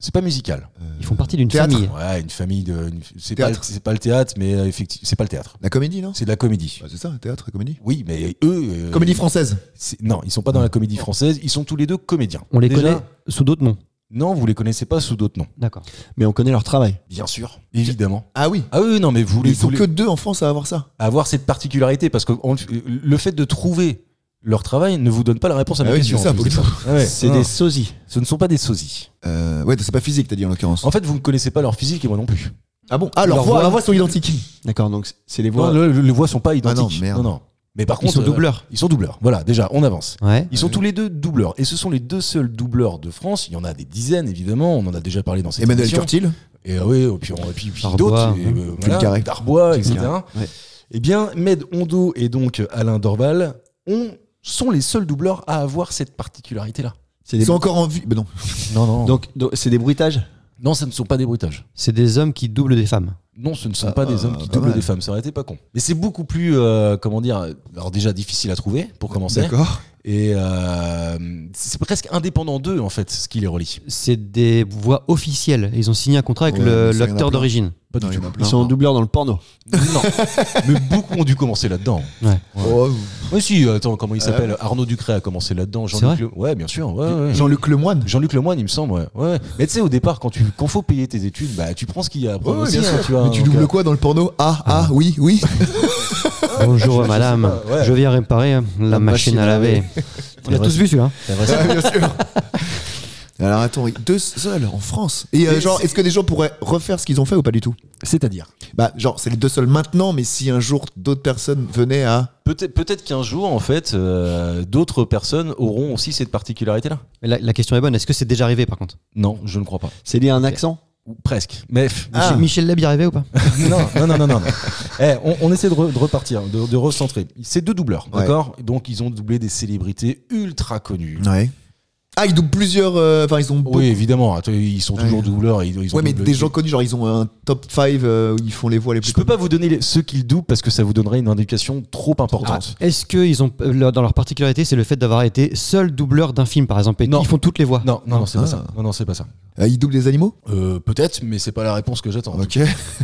D: C'est pas musical.
F: Ils font partie d'une
E: Théâtre.
F: famille.
D: Ouais, une famille de. une- C'est pas,
E: Théâtre.
D: c'est pas le théâtre, mais euh, effectivement, c'est pas le théâtre.
E: La comédie, non
D: C'est de la comédie.
E: Bah, C'est ça, théâtre, comédie.
D: Oui, mais eux. euh,
E: Comédie française.
D: c'est- Non, ils sont pas dans la comédie française. Ils sont tous les deux comédiens.
F: On les
D: Déjà,
F: connaît sous d'autres noms.
D: Non, vous les connaissez pas sous d'autres noms.
F: D'accord.
G: Mais on connaît leur travail.
D: Bien sûr, évidemment.
E: Ah oui.
D: Ah oui, non, mais vous les
E: Ils sont
D: voulez-
E: que deux en France à avoir ça.
D: avoir cette particularité parce que on- le fait de trouver leur travail ne vous donne pas la réponse à ma
E: Ah oui,
D: question.
E: c'est ça,
D: en plus.
E: faut
D: Ah ouais,
G: C'est
D: non,
G: des sosies.
D: Ce ne sont pas des sosies.
E: Euh, ouais, c'est pas physique, t'as dit en l'occurrence.
D: En fait, vous ne connaissez pas leur physique et moi non plus.
E: Ah bon Ah, leurs
G: Leurs
E: voix,
G: voix.
E: leurs voix sont identiques.
G: D'accord, donc c'est les
D: Non,
G: voix.
D: le- le- les voix sont pas
E: Ah
D: identiques.
E: non, merde.
D: non. Mais par
F: Ils
D: contre,
F: sont
D: euh,
F: doubleurs.
D: ils sont doubleurs. Voilà, déjà, on avance.
F: Ouais.
E: Mhm.
D: Ils sont tous les deux doubleurs et ce sont les deux seuls doubleurs de France. Il y en a des dizaines évidemment. On en a déjà parlé dans cette
E: Emmanuel
D: émission.
E: Curtil.
D: Et euh, oui, et puis, et puis, puis
F: Darbois,
D: d'autres,
F: ouais.
D: et, euh, voilà,
E: Fulcaré.
D: Darbois, etc.
G: ouais.
D: Eh bien, Med Hondo et donc Alain Dorval ont- sont les seuls doubleurs à avoir cette particularité-là.
G: C'est des-
E: Ils sont encore en vie. Bah non.
D: Non, non.
G: Donc, donc, c'est des bruitages
D: non, ce ne sont pas des bruitages.
F: C'est des hommes qui doublent des femmes.
D: Non, ce ne sont
E: Ah,
D: pas des
E: ah,
D: hommes qui
E: pas
D: doublent
E: mal.
D: des femmes. Ça aurait été pas con. Mais c'est beaucoup plus, euh, comment dire, alors déjà difficile à trouver pour commencer.
E: D'accord.
D: Et euh, c'est presque indépendant d'eux en fait, ce qui les relie.
F: C'est des voix officielles. Ils ont signé un contrat avec
E: Ouais,
F: le-
E: mais ça, il y en a
F: l'acteur
E: plein.
F: d'origine.
D: Pas
E: Non,
D: du
E: il y
D: tout.
E: en a plein.
G: Ils sont doubleurs dans le porno.
D: Non. Mais beaucoup ont dû commencer là-dedans.
E: Oh,
D: Oui, si, attends, comment il s'appelle Arnaud Ducré a commencé là-dedans.
F: vrai
D: Jean-Luc Le- Ouais, bien sûr. ouais, ouais.
E: Jean-Luc Lemoine.
D: Jean-Luc Lemoine, il me semble, ouais. ouais. Mais tu sais, au départ, quand tu quand faut payer tes études, bah tu prends ce qu'il y a à prendre
E: Ouais,
D: aussi,
E: bien
D: hein, tu vois.
E: Mais tu
D: donc,
E: doubles
D: euh,
E: quoi dans le porno Ah, ah, oui, oui.
F: Bonjour madame,
D: pas, ouais.
F: je viens réparer hein, la, machine, à laver. On l'a tous vu celui-là.
D: la vraie-
E: Ah, bien sûr. Alors attends, deux seuls en France. Et euh, genre, est-ce que des gens pourraient refaire ce qu'ils ont fait ou pas du tout
D: C'est-à-dire
E: Bah, genre, c'est les deux seuls maintenant, mais si un jour d'autres personnes venaient à.
D: Peut-être peut-être qu'un jour, en fait, euh, d'autres personnes auront aussi cette particularité-là.
F: Mais La, la question est bonne, est-ce que c'est déjà arrivé par contre
D: Non, je ne crois pas.
G: C'est lié à un accent
D: Ou presque. Mais f-
E: Ah.
F: Michel- Michel Leb y est arrivé ou pas
D: non, non, non, non, non. non. Eh, on, on essaie de, re- de repartir, de, de recentrer. C'est deux doubleurs,
E: Ouais.
D: d'accord Donc ils ont doublé des célébrités ultra connues.
E: Ouais. Ah, ils doublent plusieurs. euh, Enfin, ils ont. beaucoup-
D: Oui, évidemment. Attends, Ils sont toujours
E: Ouais.
D: doubleurs. Ils, ils ont
E: ouais, mais
D: doublé-
E: des gens connus, genre, ils ont un top 5 où ils font les voix les plus.
D: Je peux pas vous donner les- ceux qu'ils doublent parce que ça vous donnerait une indication trop importante.
F: Est-ce que ils ont, euh, leur- dans leur particularité, c'est le fait d'avoir été seul doubleur d'un film par exemple et
D: Non.
F: Ils font toutes les voix.
D: Non, non, non, c'est
E: Ah.
D: pas ça. Non, non, c'est pas ça.
E: Ah, ils doublent des animaux
D: Euh, peut-être, mais c'est pas la réponse que j'attends.
E: Ok.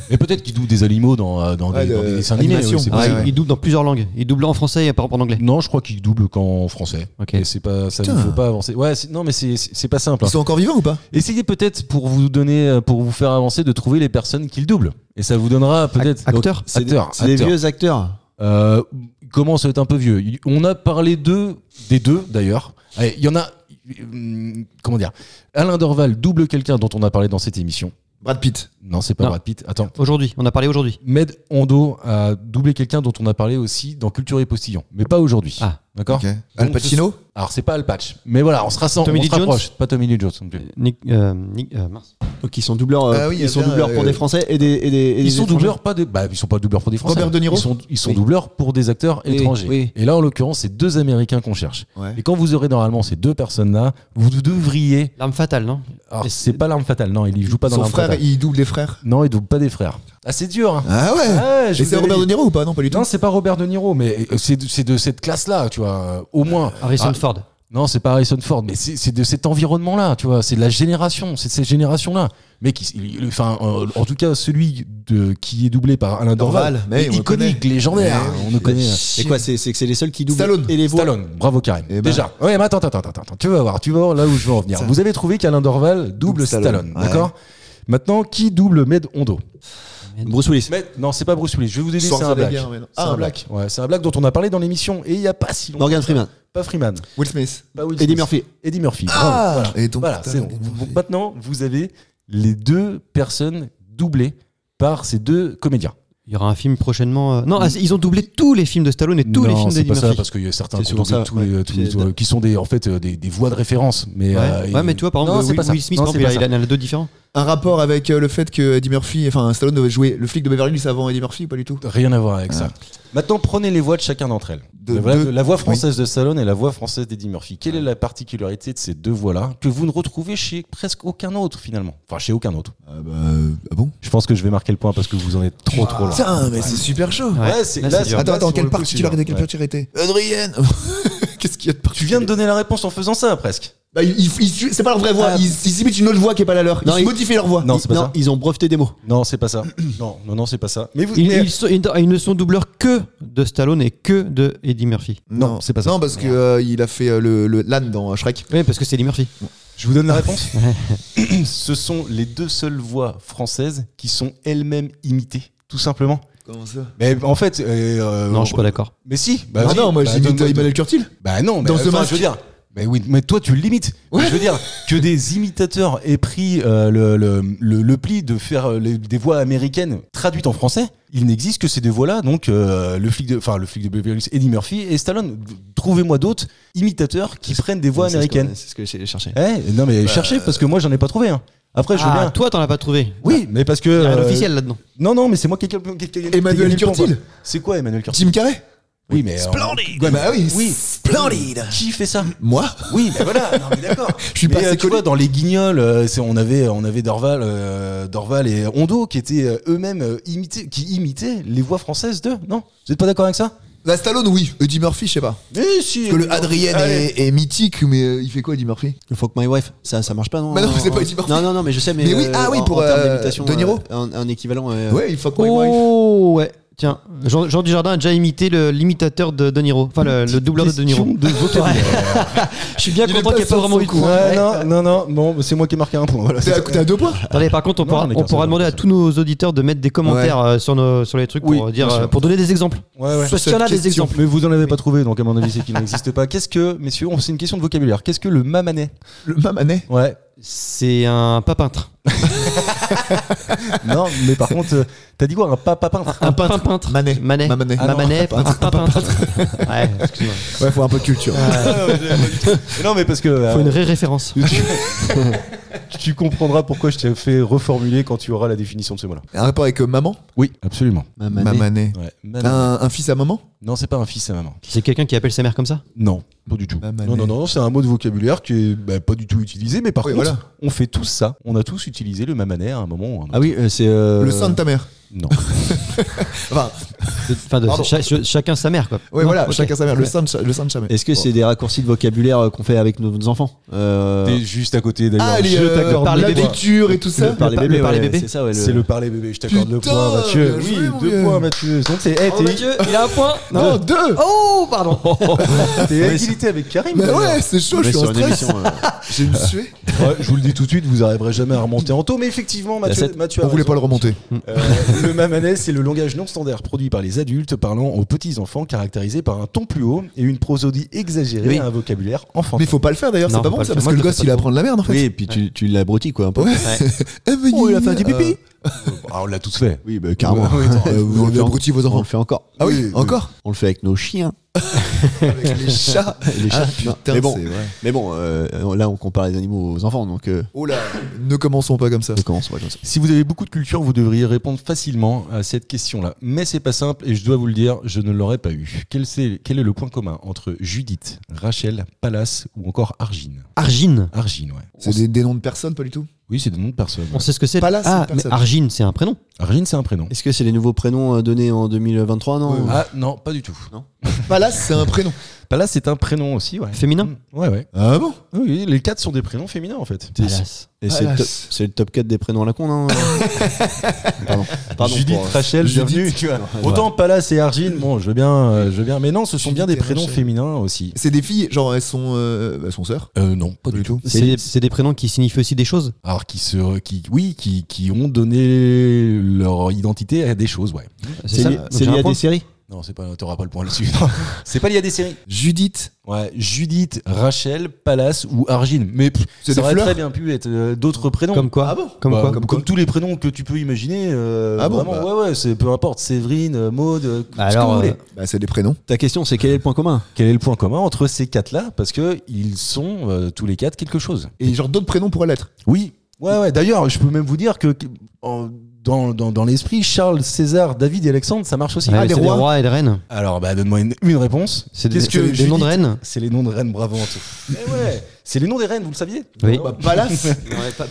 D: Mais peut-être qu'ils doublent des animaux dans, euh, dans,
E: Ouais,
D: des, dans des
E: de-
D: dessins animés.
E: animation.
D: oui, c'est
F: Ah,
D: possible.
F: ils-
E: ouais.
F: Ils doublent dans plusieurs langues. Ils doublent en français et par exemple en anglais.
D: Non, je crois qu'ils doublent qu'en français.
F: Ok.
D: Et c'est pas, ça ne
E: Putain.
D: faut pas avancer. Ouais, c'est- non, mais c'est- c'est c'est pas simple. hein.
E: Ils sont encore vivants ou pas
D: Essayez peut-être pour vous donner, euh, pour vous faire avancer, de trouver les personnes qu'ils doublent. Et ça vous donnera peut-être.
F: Ac- acteurs
D: Donc,
G: C'est des-
D: Acteurs.
G: C'est des
D: acteurs.
G: vieux acteurs.
E: Ah.
D: Euh, ils commencent à être un peu vieux. Il- On a parlé d'eux, des deux d'ailleurs. Allez, Il y en a. hum, Comment dire Alain Dorval double quelqu'un dont on a parlé dans cette émission.
E: Brad Pitt.
D: Non, c'est pas
F: Non.
D: Brad Pitt. Attends.
F: Aujourd'hui, on a parlé aujourd'hui.
D: Med Hondo a doublé quelqu'un dont on a parlé aussi dans Culture et Postillon, mais pas aujourd'hui.
F: Ah.
D: D'accord
E: Ok. Al
D: Donc, ce-
E: Pacino
D: Alors, c'est pas Al Patch, mais voilà, on se rassemble,
F: Tommy
D: on
F: Lee
D: se rapproche. Pas Tommy Lee Jones non plus.
F: Nick, euh, Nick- euh, mince.
G: Donc ils sont doubleurs, euh,
E: Ah oui, il y a
G: ils sont
E: bien,
G: doubleurs pour
E: euh,
G: des Français et des. et des- et des
D: Ils sont
G: étrangers.
D: doubleurs, pas des. Bah, ils sont pas doubleurs pour des Français.
E: Robert De Niro
D: Ils sont, ils sont
G: Oui.
D: doubleurs pour des acteurs
G: Oui,
D: étrangers.
G: oui.
D: Et là, en l'occurrence, c'est deux Américains qu'on cherche.
E: Ouais.
D: Et quand vous aurez normalement ces deux personnes-là, vous devriez.
F: L'arme fatale, non
D: Alors,
F: Et
D: c'est pas l'arme fatale, non, il joue pas dans
E: Son
D: l'arme
E: frère,
D: fatale.
E: il double des frères.
D: Non, il double pas des frères. Ah, c'est dur. hein.
E: Ah ouais
D: Ah, je
E: Et
D: vous
E: c'est
D: avais
E: Robert
D: dit.
E: De Niro ou pas Non, pas du tout.
D: Non, c'est pas Robert De Niro, mais euh, c'est de, c'est de cette classe-là, tu vois, euh, au moins.
F: Harrison
D: Ah,
F: Ford.
D: Non, c'est pas Harrison Ford, mais c'est c'est de cet environnement-là, tu vois. C'est de la génération, c'est de cette génération-là. Mec, il- il- enfin, euh, en tout cas, celui de, qui est doublé par Alain
E: Dorval,
D: Dorval,
E: mais
D: est
E: on le
D: iconique,
E: connaît.
D: légendaire,
E: Mais oui,
D: on le connaît.
G: euh, Et quoi, c'est c'est que c'est les seuls qui doublent
E: Stallone.
G: et les voix.
D: Stallone, bravo Karim.
E: Eh ben.
D: Déjà, ouais, mais attends, attends, attends, attends, tu vas voir, tu vas voir là où je veux en venir. Vous avez trouvé qu'Alain Dorval double
E: Double
D: Stallone,
E: Stallone, ouais.
D: d'accord Maintenant, qui double Med Hondo
G: Bruce Willis.
D: Med, non, c'est pas Bruce Willis. Je vais vous aider. C'est un black.
E: Schwarzenegger, mais non.
D: C'est
E: Ah, un black.
D: Ouais, c'est un black dont on a parlé dans l'émission et il y a pas si longtemps.
G: Morgan Freeman.
D: Pas Freeman.
E: Will Smith. Ah.
D: Pas Will
G: Eddie
D: Smith.
G: Murphy.
D: Eddie Murphy. bravo, voilà.
E: Et donc, euh,
D: Voilà,
E: putain,
D: c'est bon.
E: et
D: Vous-
E: donc,
D: vous- Maintenant, vous avez les deux personnes doublées par ces deux comédiens.
F: Il y aura un film prochainement. euh, Non, ah, ils ont doublé tous les films de Stallone et tous les
D: Mm. Non,
F: films
D: c'est
F: d'Eddie
D: pas ça
F: Murphy.
D: parce qu'il y a certains
G: C'est
D: qui,
G: souvent
D: ont doublé
G: ça,
D: tous
G: ouais.
D: les- tous les-
G: C'est-
D: tous- qui sont des en fait euh, des, des voix de référence. Mais
F: Ouais.
D: euh,
F: Ouais,
D: et-
F: mais tu vois, par exemple,
D: Non, c'est
F: Will,
D: pas ça.
F: Will Smith,
D: Non,
F: par
D: c'est
F: exemple,
D: pas
F: il, a, il en a deux différents.
E: Un rapport avec euh, le fait que Eddie Murphy, enfin Stallone devait jouer le flic de Beverly Hills avant Eddie Murphy ou pas du tout
D: Rien à voir avec ça. Maintenant, prenez les voix de chacun d'entre elles.
E: De-
D: la, voix-
E: de-
D: la voix française de Stallone et la voix française d'Eddie Murphy. Quelle est la particularité de ces deux voix-là que vous ne retrouvez chez presque aucun autre finalement Enfin, chez aucun autre.
E: Ah bah, euh, ah bon
D: Je pense que je vais marquer le point parce que vous en êtes trop trop loin.
E: Putain, mais c'est super chaud
D: Ah. Ouais, c'est-
F: là,
D: là,
F: c'est dur.
D: c'est-
E: Attends, attends,
D: sur le
E: quelle
D: coup,
E: particularité, quelle particularité
D: celui-là.
E: Adrienne Qu'est-ce qu'il y a de
D: Tu
E: particulier
D: viens de donner la réponse en faisant ça presque.
E: Bah, ils- ils- ils- c'est pas leur vraie voix,
G: Ah.
E: ils, ils imitent une autre voix qui est pas la leur.
G: Non,
E: ils
G: ils-
E: modifient leur voix.
D: Non,
G: Ils-
D: c'est pas ça.
G: ils ont breveté des mots.
D: Non, c'est pas ça. non, non, non, c'est pas ça. Mais vous.
F: Ils,
D: mais-
F: ils sont- ils- ils ne sont doubleurs que de Stallone et que de Eddie Murphy.
E: Non,
D: c'est pas ça.
E: Non, parce que euh, il a fait euh, le, le l'âne dans Shrek.
F: Oui, parce que c'est Eddie Murphy.
D: Je vous donne la réponse. Ce sont les deux seules voix françaises qui sont elles-mêmes imitées, tout simplement.
E: Comment ça
D: Mais en fait, euh,
F: non, je suis pas d'accord.
D: Mais si. Bah
E: Ah
D: oui,
E: non, moi
D: bah
E: j'ai dit
D: donne-moi-
E: Emmanuel Curtil.
D: Bah non, mais
E: Dans
D: dans
E: ce masque.
D: je veux dire. Bah oui, mais toi tu le limites.
E: Ouais.
D: Je veux dire que des imitateurs aient pris euh, le, le, le- le pli de faire euh, les- des voix américaines traduites en français. Il n'existe que ces deux voix-là, donc euh, le flic de, enfin le flic de Beverly Hills, Eddie Murphy et Stallone. Trouvez-moi d'autres imitateurs qui prennent des voix
G: C'est ce
D: américaines.
G: qu'on- C'est ce que j'ai cherché.
D: Eh, non mais cherchez parce que moi j'en ai pas trouvé. hein. Après je veux
F: Ah,
D: bien.
F: toi, t'en as pas trouvé.
D: Oui, mais parce que.
F: Il y a rien
D: euh,
F: d'officiel là-dedans.
D: Non, non, mais c'est moi qui ai qui ai- qui ai- qui ai
E: Emmanuel
D: gagné le point,
E: Curtil.
D: quoi. C'est quoi Emmanuel Curtil
E: Jim Carrey
D: Oui, mais. euh,
B: Splendide.
D: ouais, mais-
E: Bah oui,
D: Oui.
E: splendide.
D: Qui fait ça
E: Moi
D: oui, mais voilà, non, mais d'accord.
E: Je suis
D: Mais,
E: pas
D: euh,
E: assez
D: tu
E: connu.
D: vois, dans les guignols, euh, c'est- on avait, on avait Dorval, euh, Dorval et Hondo qui étaient euh, eux-mêmes euh, imités, qui imitaient les voix françaises d'eux. Non, vous êtes pas d'accord avec ça
E: La Bah, Stallone, oui. Eddie Murphy, je sais pas. Ah,
D: Mais si.
E: Parce que le Adrien est, est mythique, mais euh, il fait quoi Eddie Murphy
G: Le Fuck My Wife, ça, ça marche pas, non
E: Mais Bah non,
G: En-
E: c'est pas
G: en-
E: Eddie Murphy.
G: Non, non, non, mais je sais, mais.
E: Mais oui,
G: euh,
E: ah oui,
G: en-
E: pour,
G: en termes
E: euh,
G: d'imitation,
E: De Niro.
G: euh, un, un équivalent. euh,
E: Ouais, il fuck my wife.
F: Oh, ouais. Tiens, Jean, Jean Dujardin a déjà imité le- l'imitateur de De Niro. Enfin, le, le doubleur de De Niro.
D: Question de vocabulaire.
F: Je suis bien
E: Il est
F: content
E: pas
F: qu'il n'y ait pas
E: sur
F: vraiment
E: son
F: eu de
E: coup.
F: point.
D: Ouais, Bah, non, non, non. Bon, c'est moi qui ai marqué un point. Voilà,
E: T'es
D: c'est
E: à,
D: ça.
E: t'es à deux points
F: Attendez, par contre, on
D: Non,
F: pourra,
D: mais
F: on
D: qu'un
F: pourra
D: seul,
F: demander à tous nos auditeurs de mettre des commentaires euh, sur, nos, sur les trucs
D: Oui,
F: pour, euh, dire,
D: bien sûr.
F: euh, pour donner des exemples.
D: Ouais, ouais.
F: Parce qu'il y en a des exemples.
D: Mais vous en avez pas trouvé, donc à mon avis, c'est qu'il n'existe pas. Qu'est-ce que, messieurs, on- c'est une question de vocabulaire. Qu'est-ce que le mamanet
E: Le Mamanet.
D: Ouais.
F: C'est un pas peintre.
D: Non, mais par contre, euh, t'as dit quoi Un papa peintre
F: Un, pas peintre.
E: Manet.
F: Manet.
E: Mamanet.
F: Ma Manet, un pas peintre. ouais, excuse-moi.
E: Ouais, faut un peu de culture.
D: Non, mais parce que.
F: Faut
D: euh,
F: une vraie référence.
D: tu comprendras pourquoi je t'ai fait reformuler quand tu auras la définition de ce mot-là.
E: Un rapport avec euh, maman
D: Oui, absolument.
G: Mamané.
E: Mamanet.
D: Ouais.
E: Un, un fils à maman
D: Non, c'est pas un fils à maman.
F: C'est quelqu'un qui appelle sa mère comme ça
D: Non, pas du tout.
E: Mamané.
D: Non, non, non, c'est un mot de vocabulaire qui est bah, pas du tout utilisé, mais par
E: Oui,
D: contre,
E: voilà.
D: on fait tous ça. On a tous utilisé le mamanet à un moment ou à un autre.
G: Ah oui, euh, c'est. euh,
E: Le sang de ta mère.
D: Non.
E: Enfin,
F: De- Enfin, de-
E: Pardon.
F: cha- cha- chacun sa mère, quoi.
E: ouais,
F: Non,
E: voilà,
F: ok.
E: chacun sa mère. Le sein de, cha- le sein de sa mère.
G: Est-ce que c'est des raccourcis de vocabulaire euh, qu'on fait avec nos enfants Euh,
D: T'es juste à côté d'ailleurs.
E: Ah, les,
D: je t'accorde
E: euh,
D: le
E: la
D: point.
E: culture et tout ça.
G: le parler
F: le
G: bébé,
F: parler
G: ouais,
F: bébé.
G: c'est ça, ouais.
D: C'est le parler bébé, je t'accorde le
E: euh, Putain,
D: point, Mathieu.
E: bien
D: Oui,
E: joué, mon
D: deux
E: vieux.
D: points, Mathieu. Donc, t'es
E: eh,
D: hey,
F: Oh,
D: t'es-
F: Mathieu, il a un point
E: Non, deux
F: Oh, pardon
D: t'es égalité avec Karim.
E: Mais
D: d'ailleurs.
E: ouais, c'est chaud,
G: On
E: je
G: est
E: suis
G: sur
E: en
G: une
E: stress.
G: émission. euh,
E: J'ai une suée.
D: Ouais, je vous le dis tout de suite, vous arriverez jamais à remonter en taux. Mais effectivement, Mathieu,
G: sept.
D: Mathieu a
E: Bah, On voulait
D: raison.
E: pas le remonter.
D: Euh, le mamanet, c'est le langage non standard produit par les adultes parlant aux petits-enfants caractérisé par un ton plus haut et une prosodie exagérée
F: Oui.
D: à un vocabulaire
E: Mais
D: enfantin.
E: faut pas le faire d'ailleurs,
F: Non,
E: c'est pas bon
F: faut pas
E: ça,
F: le
E: parce
F: faire.
E: que le
F: Moi,
E: gosse
F: je le fais
E: il
F: pas.
E: apprend de la merde en fait. Eh,
G: Oui, et puis tu, tu l'abrutis, quoi, un peu.
E: Ouais.
G: Oh, il a fait un petit pipi.
E: Euh,
D: Ah, on l'a tous fait.
G: Oui, bah, carrément.
E: Ouais, ouais, attends,
G: Euh,
E: vous
G: on le fait
E: abrutis
G: en-
E: vos enfants.
G: On le fait encore.
E: Ah oui, encore
G: On le fait avec nos chiens.
E: Avec les chats.
G: Les chats.
E: Ah,
G: Non,
E: putain,
G: mais bon,
E: c'est vrai.
G: mais bon euh, là, on compare les animaux aux enfants, donc. euh,
E: Oh là, ne commençons pas comme ça.
G: on commence, on va comme ça.
D: Si vous avez beaucoup de culture, vous devriez répondre facilement à cette question-là. Mais c'est pas simple et je dois vous le dire, je ne l'aurais pas eu. Quel, c'est- quel est le point commun entre Judith, Rachel, Pallas ou encore Argine
F: Argine
D: Argine, ouais.
E: C'est des, des noms de personnes, pas du tout
D: Oui, c'est des noms de personnes.
F: On sait ce que c'est
E: Pas là, c'est
F: Ah,
E: une
F: mais
E: personne.
F: Argine, c'est un prénom.
D: Argine, c'est un prénom.
G: Est-ce que c'est les nouveaux prénoms euh, donnés en 2023 Non.
E: Ouais.
D: Ah non, pas du tout.
E: Palace, Bah, c'est un prénom.
D: Bah là, c'est un prénom aussi, ouais.
F: Féminin
D: Ouais, ouais.
E: Ah bon
D: Oui, les quatre sont des prénoms féminins en fait.
F: Alas.
G: Et c'est le,
E: Alas.
G: top- c'est le top 4 des prénoms à la con, non Pardon. Pardon
D: euh, Judith,
G: pour- euh,
D: Rachel,
E: Judith.
D: bienvenue. tu vois. Autant Pallas et Argine, bon, je veux bien, euh, je veux bien. Mais non, ce sont bien des
E: Judith et
D: prénoms
E: Rachel.
D: féminins aussi.
E: C'est des filles, genre elles sont, euh, elles sont sœurs
D: Euh, non, pas du tout.
F: C'est des- c'est des prénoms qui signifient aussi des choses
D: Alors qui se, qui, oui, qui, qui ont donné leur identité à des choses, ouais.
G: C'est lié-
F: Donc
G: c'est
F: j'ai un
G: lié à
F: point.
G: des séries
D: Non, c'est pas, t'auras pas le point là-dessus. Non. c'est pas lié à des séries.
E: Judith,
D: Ouais, Judith, Rachel, Pallas ou Argine. Mais pff,
E: C'est
D: ça
E: des
D: aurait
E: fleurs
D: très bien pu être euh, d'autres prénoms.
F: Comme quoi
E: Ah bon
F: Comme
D: Bah,
F: quoi
D: comme, tous les prénoms que tu peux imaginer. euh,
E: Ah bon,
D: vraiment,
E: bah.
D: ouais, ouais, c'est peu importe. Séverine, euh, Maude. euh, ce que vous
F: Alors,
D: voulez.
F: euh,
E: bah, c'est des prénoms.
G: Ta question, c'est quel est le point commun
D: Quel est le point commun entre ces quatre-là Parce que ils sont euh, tous les quatre quelque chose.
E: Et genre d'autres prénoms pourraient l'être.
D: Oui. Ouais, ouais. D'ailleurs, je peux même vous dire que que, en- dans, dans, dans l'esprit, Charles, César, David et Alexandre, ça marche aussi. Ah,
F: ouais,
E: des
F: c'est
E: rois.
F: et des reines.
D: Alors, bah, donne-moi une, une réponse.
F: C'est des,
D: Qu'est-ce que
F: des noms
D: Judith
F: de reines
D: C'est les noms de reines, bravo Anto. Eh ouais, c'est les noms des reines, vous le saviez
F: Oui.
D: Bah, Pallas.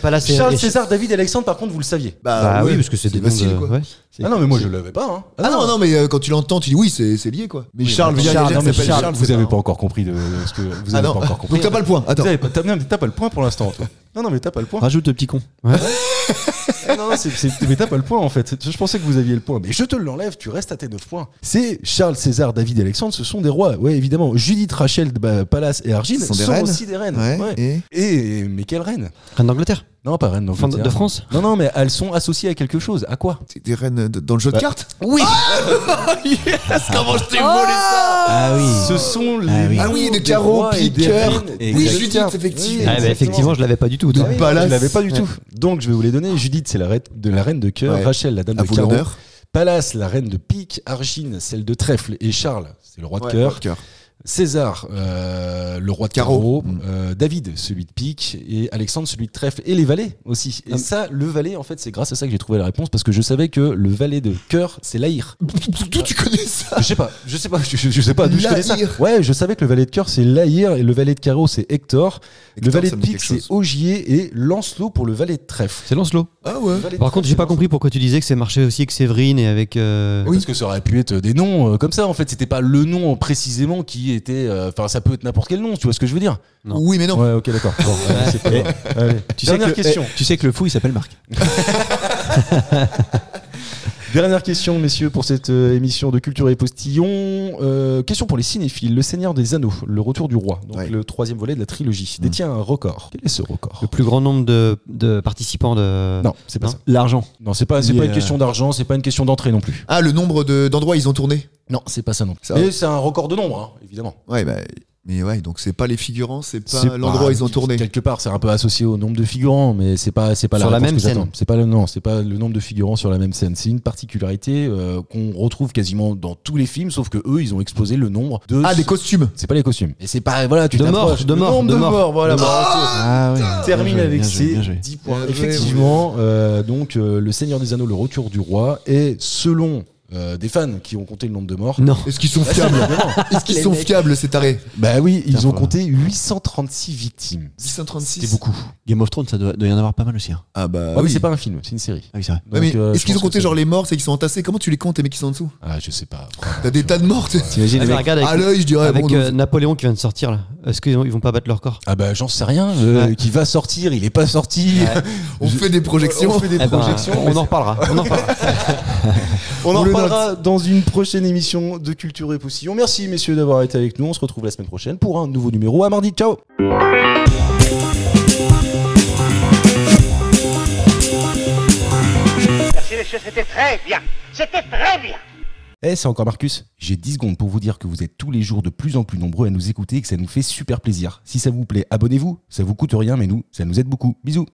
F: Pas là,
D: Charles, César, David et Alexandre, par contre, vous le saviez.
F: Bah oui, parce que c'est des noms
E: Ah facile
F: de-
E: quoi.
F: ouais.
D: Ah non, mais moi, je l'avais pas. hein. Ah,
E: Ah non, non, mais euh, quand tu l'entends, tu dis oui, c'est c'est lié quoi. Mais Charles,
D: Charles,
E: il y a des gens
D: non,
E: qui
D: mais
E: s'appellent
D: Charles,
E: Charles,
D: vous
E: c'est
D: avez
E: marrant.
D: pas encore compris de de ce que vous
E: Ah
D: avez
E: non,
D: pas encore compris.
E: donc t'as pas le point. Attends.
D: Vous avez pas, t'as, non, mais t'as pas le point pour l'instant, toi. Non, non, mais t'as pas le point.
G: Rajoute le petit con.
D: Ah non, c'est, c'est- mais t'as pas le point en fait. Je pensais que vous aviez le point, mais je te l'enlève, tu restes à tes 9 points. C'est Charles, César, David et Alexandre, ce sont des rois. Ouais, évidemment. Judith, Rachel, bah, Pallas et Argine
E: Ce
D: sont,
E: sont des reines.
D: aussi des reines.
E: Ouais,
D: Ouais.
E: et
D: Et mais quelle reine
F: Reine d'Angleterre
D: Non, pas reine
F: Fin
D: d'Angleterre.
F: de France
D: Non, non, mais elles sont associées à quelque chose. À quoi
E: C'est des reines de- dans le jeu de cartes
D: Oui.
E: Comment je t'ai volé ça
G: Ah
D: Ce sont les
G: Ah oui.
D: noms
E: Ah oui,
D: des
E: des carreaux,
D: rois et des
E: piqueurs.
D: reines.
E: Oui,
G: Exactement.
E: Judith, effectivement.
D: Oui,
F: ah, bah,
D: exactement. Ah
F: Effectivement, je l'avais pas du tout.
E: De
F: toi.
E: Pallas.
D: Je l'avais pas du tout. Donc je vais vous les donner. Judith, c'est la reine de la reine de cœur.
E: Ouais.
D: Rachel, la dame
E: À
D: de
E: vous
D: carreau.
E: l'honneur.
D: Pallas, la reine de pique. Argine, celle de trèfle. Et Charles, c'est le roi de
E: Ouais,
D: cœur.
E: roi de cœur.
D: César, euh, le roi de carreau.
E: Carreau. Mm.
D: Euh, David, celui de pique. Et Alexandre, celui de trèfle. Et les valets aussi.
E: Ah.
D: Et ça, le valet, en fait, c'est grâce à ça que j'ai trouvé la réponse parce que je savais que le valet de cœur, c'est l'Aïr.
E: D'où tu connais ça
D: Je sais pas, je sais pas, je, je- je sais pas d'où je connais ça.
E: Lahir.
D: Ouais, je savais que le valet de cœur c'est Lahir et le valet de carreau c'est Hector, le
E: Hector,
D: valet
E: ça
D: de
E: me dit
D: pique
E: quelque
D: c'est Ogier et Lancelot pour le valet de trèfle.
F: C'est Lancelot.
E: Ah ouais.
D: Le valet de
F: Par
D: trèfle,
F: contre,
D: c'est
F: j'ai pas
D: Lancelot.
F: compris pourquoi tu disais que c'est marché aussi avec Séverine et avec. euh,
D: Parce que ça aurait pu être des noms euh, comme ça en fait, c'était pas le nom précisément qui était euh, enfin ça peut être n'importe quel nom, tu vois ce que je veux dire
F: Non.
E: Oui, mais non.
D: Ouais, OK, d'accord. Bon, allez, c'est pas grave. Allez. Dernière question.
G: Tu sais que le fou, il s'appelle Marc.
D: Dernière question messieurs pour cette euh, émission de Culture et Postillon, Euh, question pour les cinéphiles, Le Seigneur des Anneaux, Le Retour du Roi, donc
E: Ouais.
D: le troisième volet de la trilogie, détient un record. Mm. Quel est ce record
F: Le plus grand nombre de, de participants de.
D: Non, euh, c'est pas
F: Non.
D: ça.
G: L'argent.
D: Non, c'est pas, c'est
G: Il
D: pas
G: est,
D: une question d'argent, c'est pas une question d'entrée non plus.
E: Ah, le nombre de- d'endroits ils ont tourné.
D: Non, c'est pas ça non
E: Ça
D: Mais c'est un record de nombre, hein, évidemment.
E: Ouais, bah. Mais ouais, donc c'est pas les figurants, c'est
D: C'est
E: pas l'endroit où ils ont tourné.
D: Quelque part, c'est un peu associé au nombre de figurants, mais c'est pas, c'est pas
F: Sur la
D: réponse
F: même
D: que j'attends.
F: scène.
D: C'est pas le non, c'est pas le nombre de figurants sur la même scène. C'est une particularité euh, qu'on retrouve quasiment dans tous les films, sauf que eux, ils ont exposé le nombre de.
E: Ah, des costumes.
D: C'est pas les costumes. Et c'est pas voilà, tu
F: De morts,
D: t'approches.
F: de
D: Le
F: morts,
D: nombre
F: de morts.
D: voilà. bravo.
G: Ah oui.
D: termine avec ces
G: Bien joué.
D: 10 points.
E: Bien joué,
D: Effectivement, euh, donc euh, le Seigneur des Anneaux, le Retour du Roi, est selon euh, des fans qui ont compté le nombre de morts.
F: Non.
E: Est-ce qu'ils sont fiables Est-ce qu'ils sont fiables, ces tarés
D: Bah oui, ils
G: Putain,
D: ont
G: faut-
D: compté 836 victimes.
E: 636.
D: C'est beaucoup.
G: Game of Thrones, ça doit, doit y en avoir pas mal aussi. hein.
E: Ah bah.
F: Euh,
D: Ah oui,
E: oui.
D: c'est pas un film, c'est une série.
G: Ah oui, c'est vrai.
E: Ouais,
D: Donc,
E: mais
D: euh, je
E: Est-ce qu'ils ont
D: pense que
E: compté
D: c'est-
E: genre les morts, c'est qu'ils sont entassés Comment tu les comptes, les mecs qui sont en dessous
D: Ah, je sais pas.
E: T'as des tas de morts. t'es-
G: T'imagines,
F: Ah,
G: les mecs-
F: regarde
E: À
F: avec,
E: l'œil, je dirais.
F: avec,
E: bon,
F: euh, Napoléon qui vient de sortir là. Est-ce qu'ils vont- ils vont pas battre leur corps
D: Ah bah j'en sais rien. euh,
F: Ouais.
D: Qui va sortir Il est pas sorti.
E: on fait des projections.
D: On fait des
F: Eh ben,
D: projections.
F: On en reparlera. On en reparlera.
D: On
E: On
D: en
E: le
D: reparlera dans une prochaine émission de Culture et Poussillon. Merci messieurs d'avoir été avec nous. On se retrouve la semaine prochaine pour un nouveau numéro. À mardi. Ciao.
B: Merci messieurs, c'était très bien. C'était très bien.
D: Eh, c'est encore Marcus. J'ai 10 secondes pour vous dire que vous êtes tous les jours de plus en plus nombreux à nous écouter et que ça nous fait super plaisir. Si ça vous plaît, abonnez-vous. Ça vous coûte rien, mais nous, ça nous aide beaucoup. Bisous.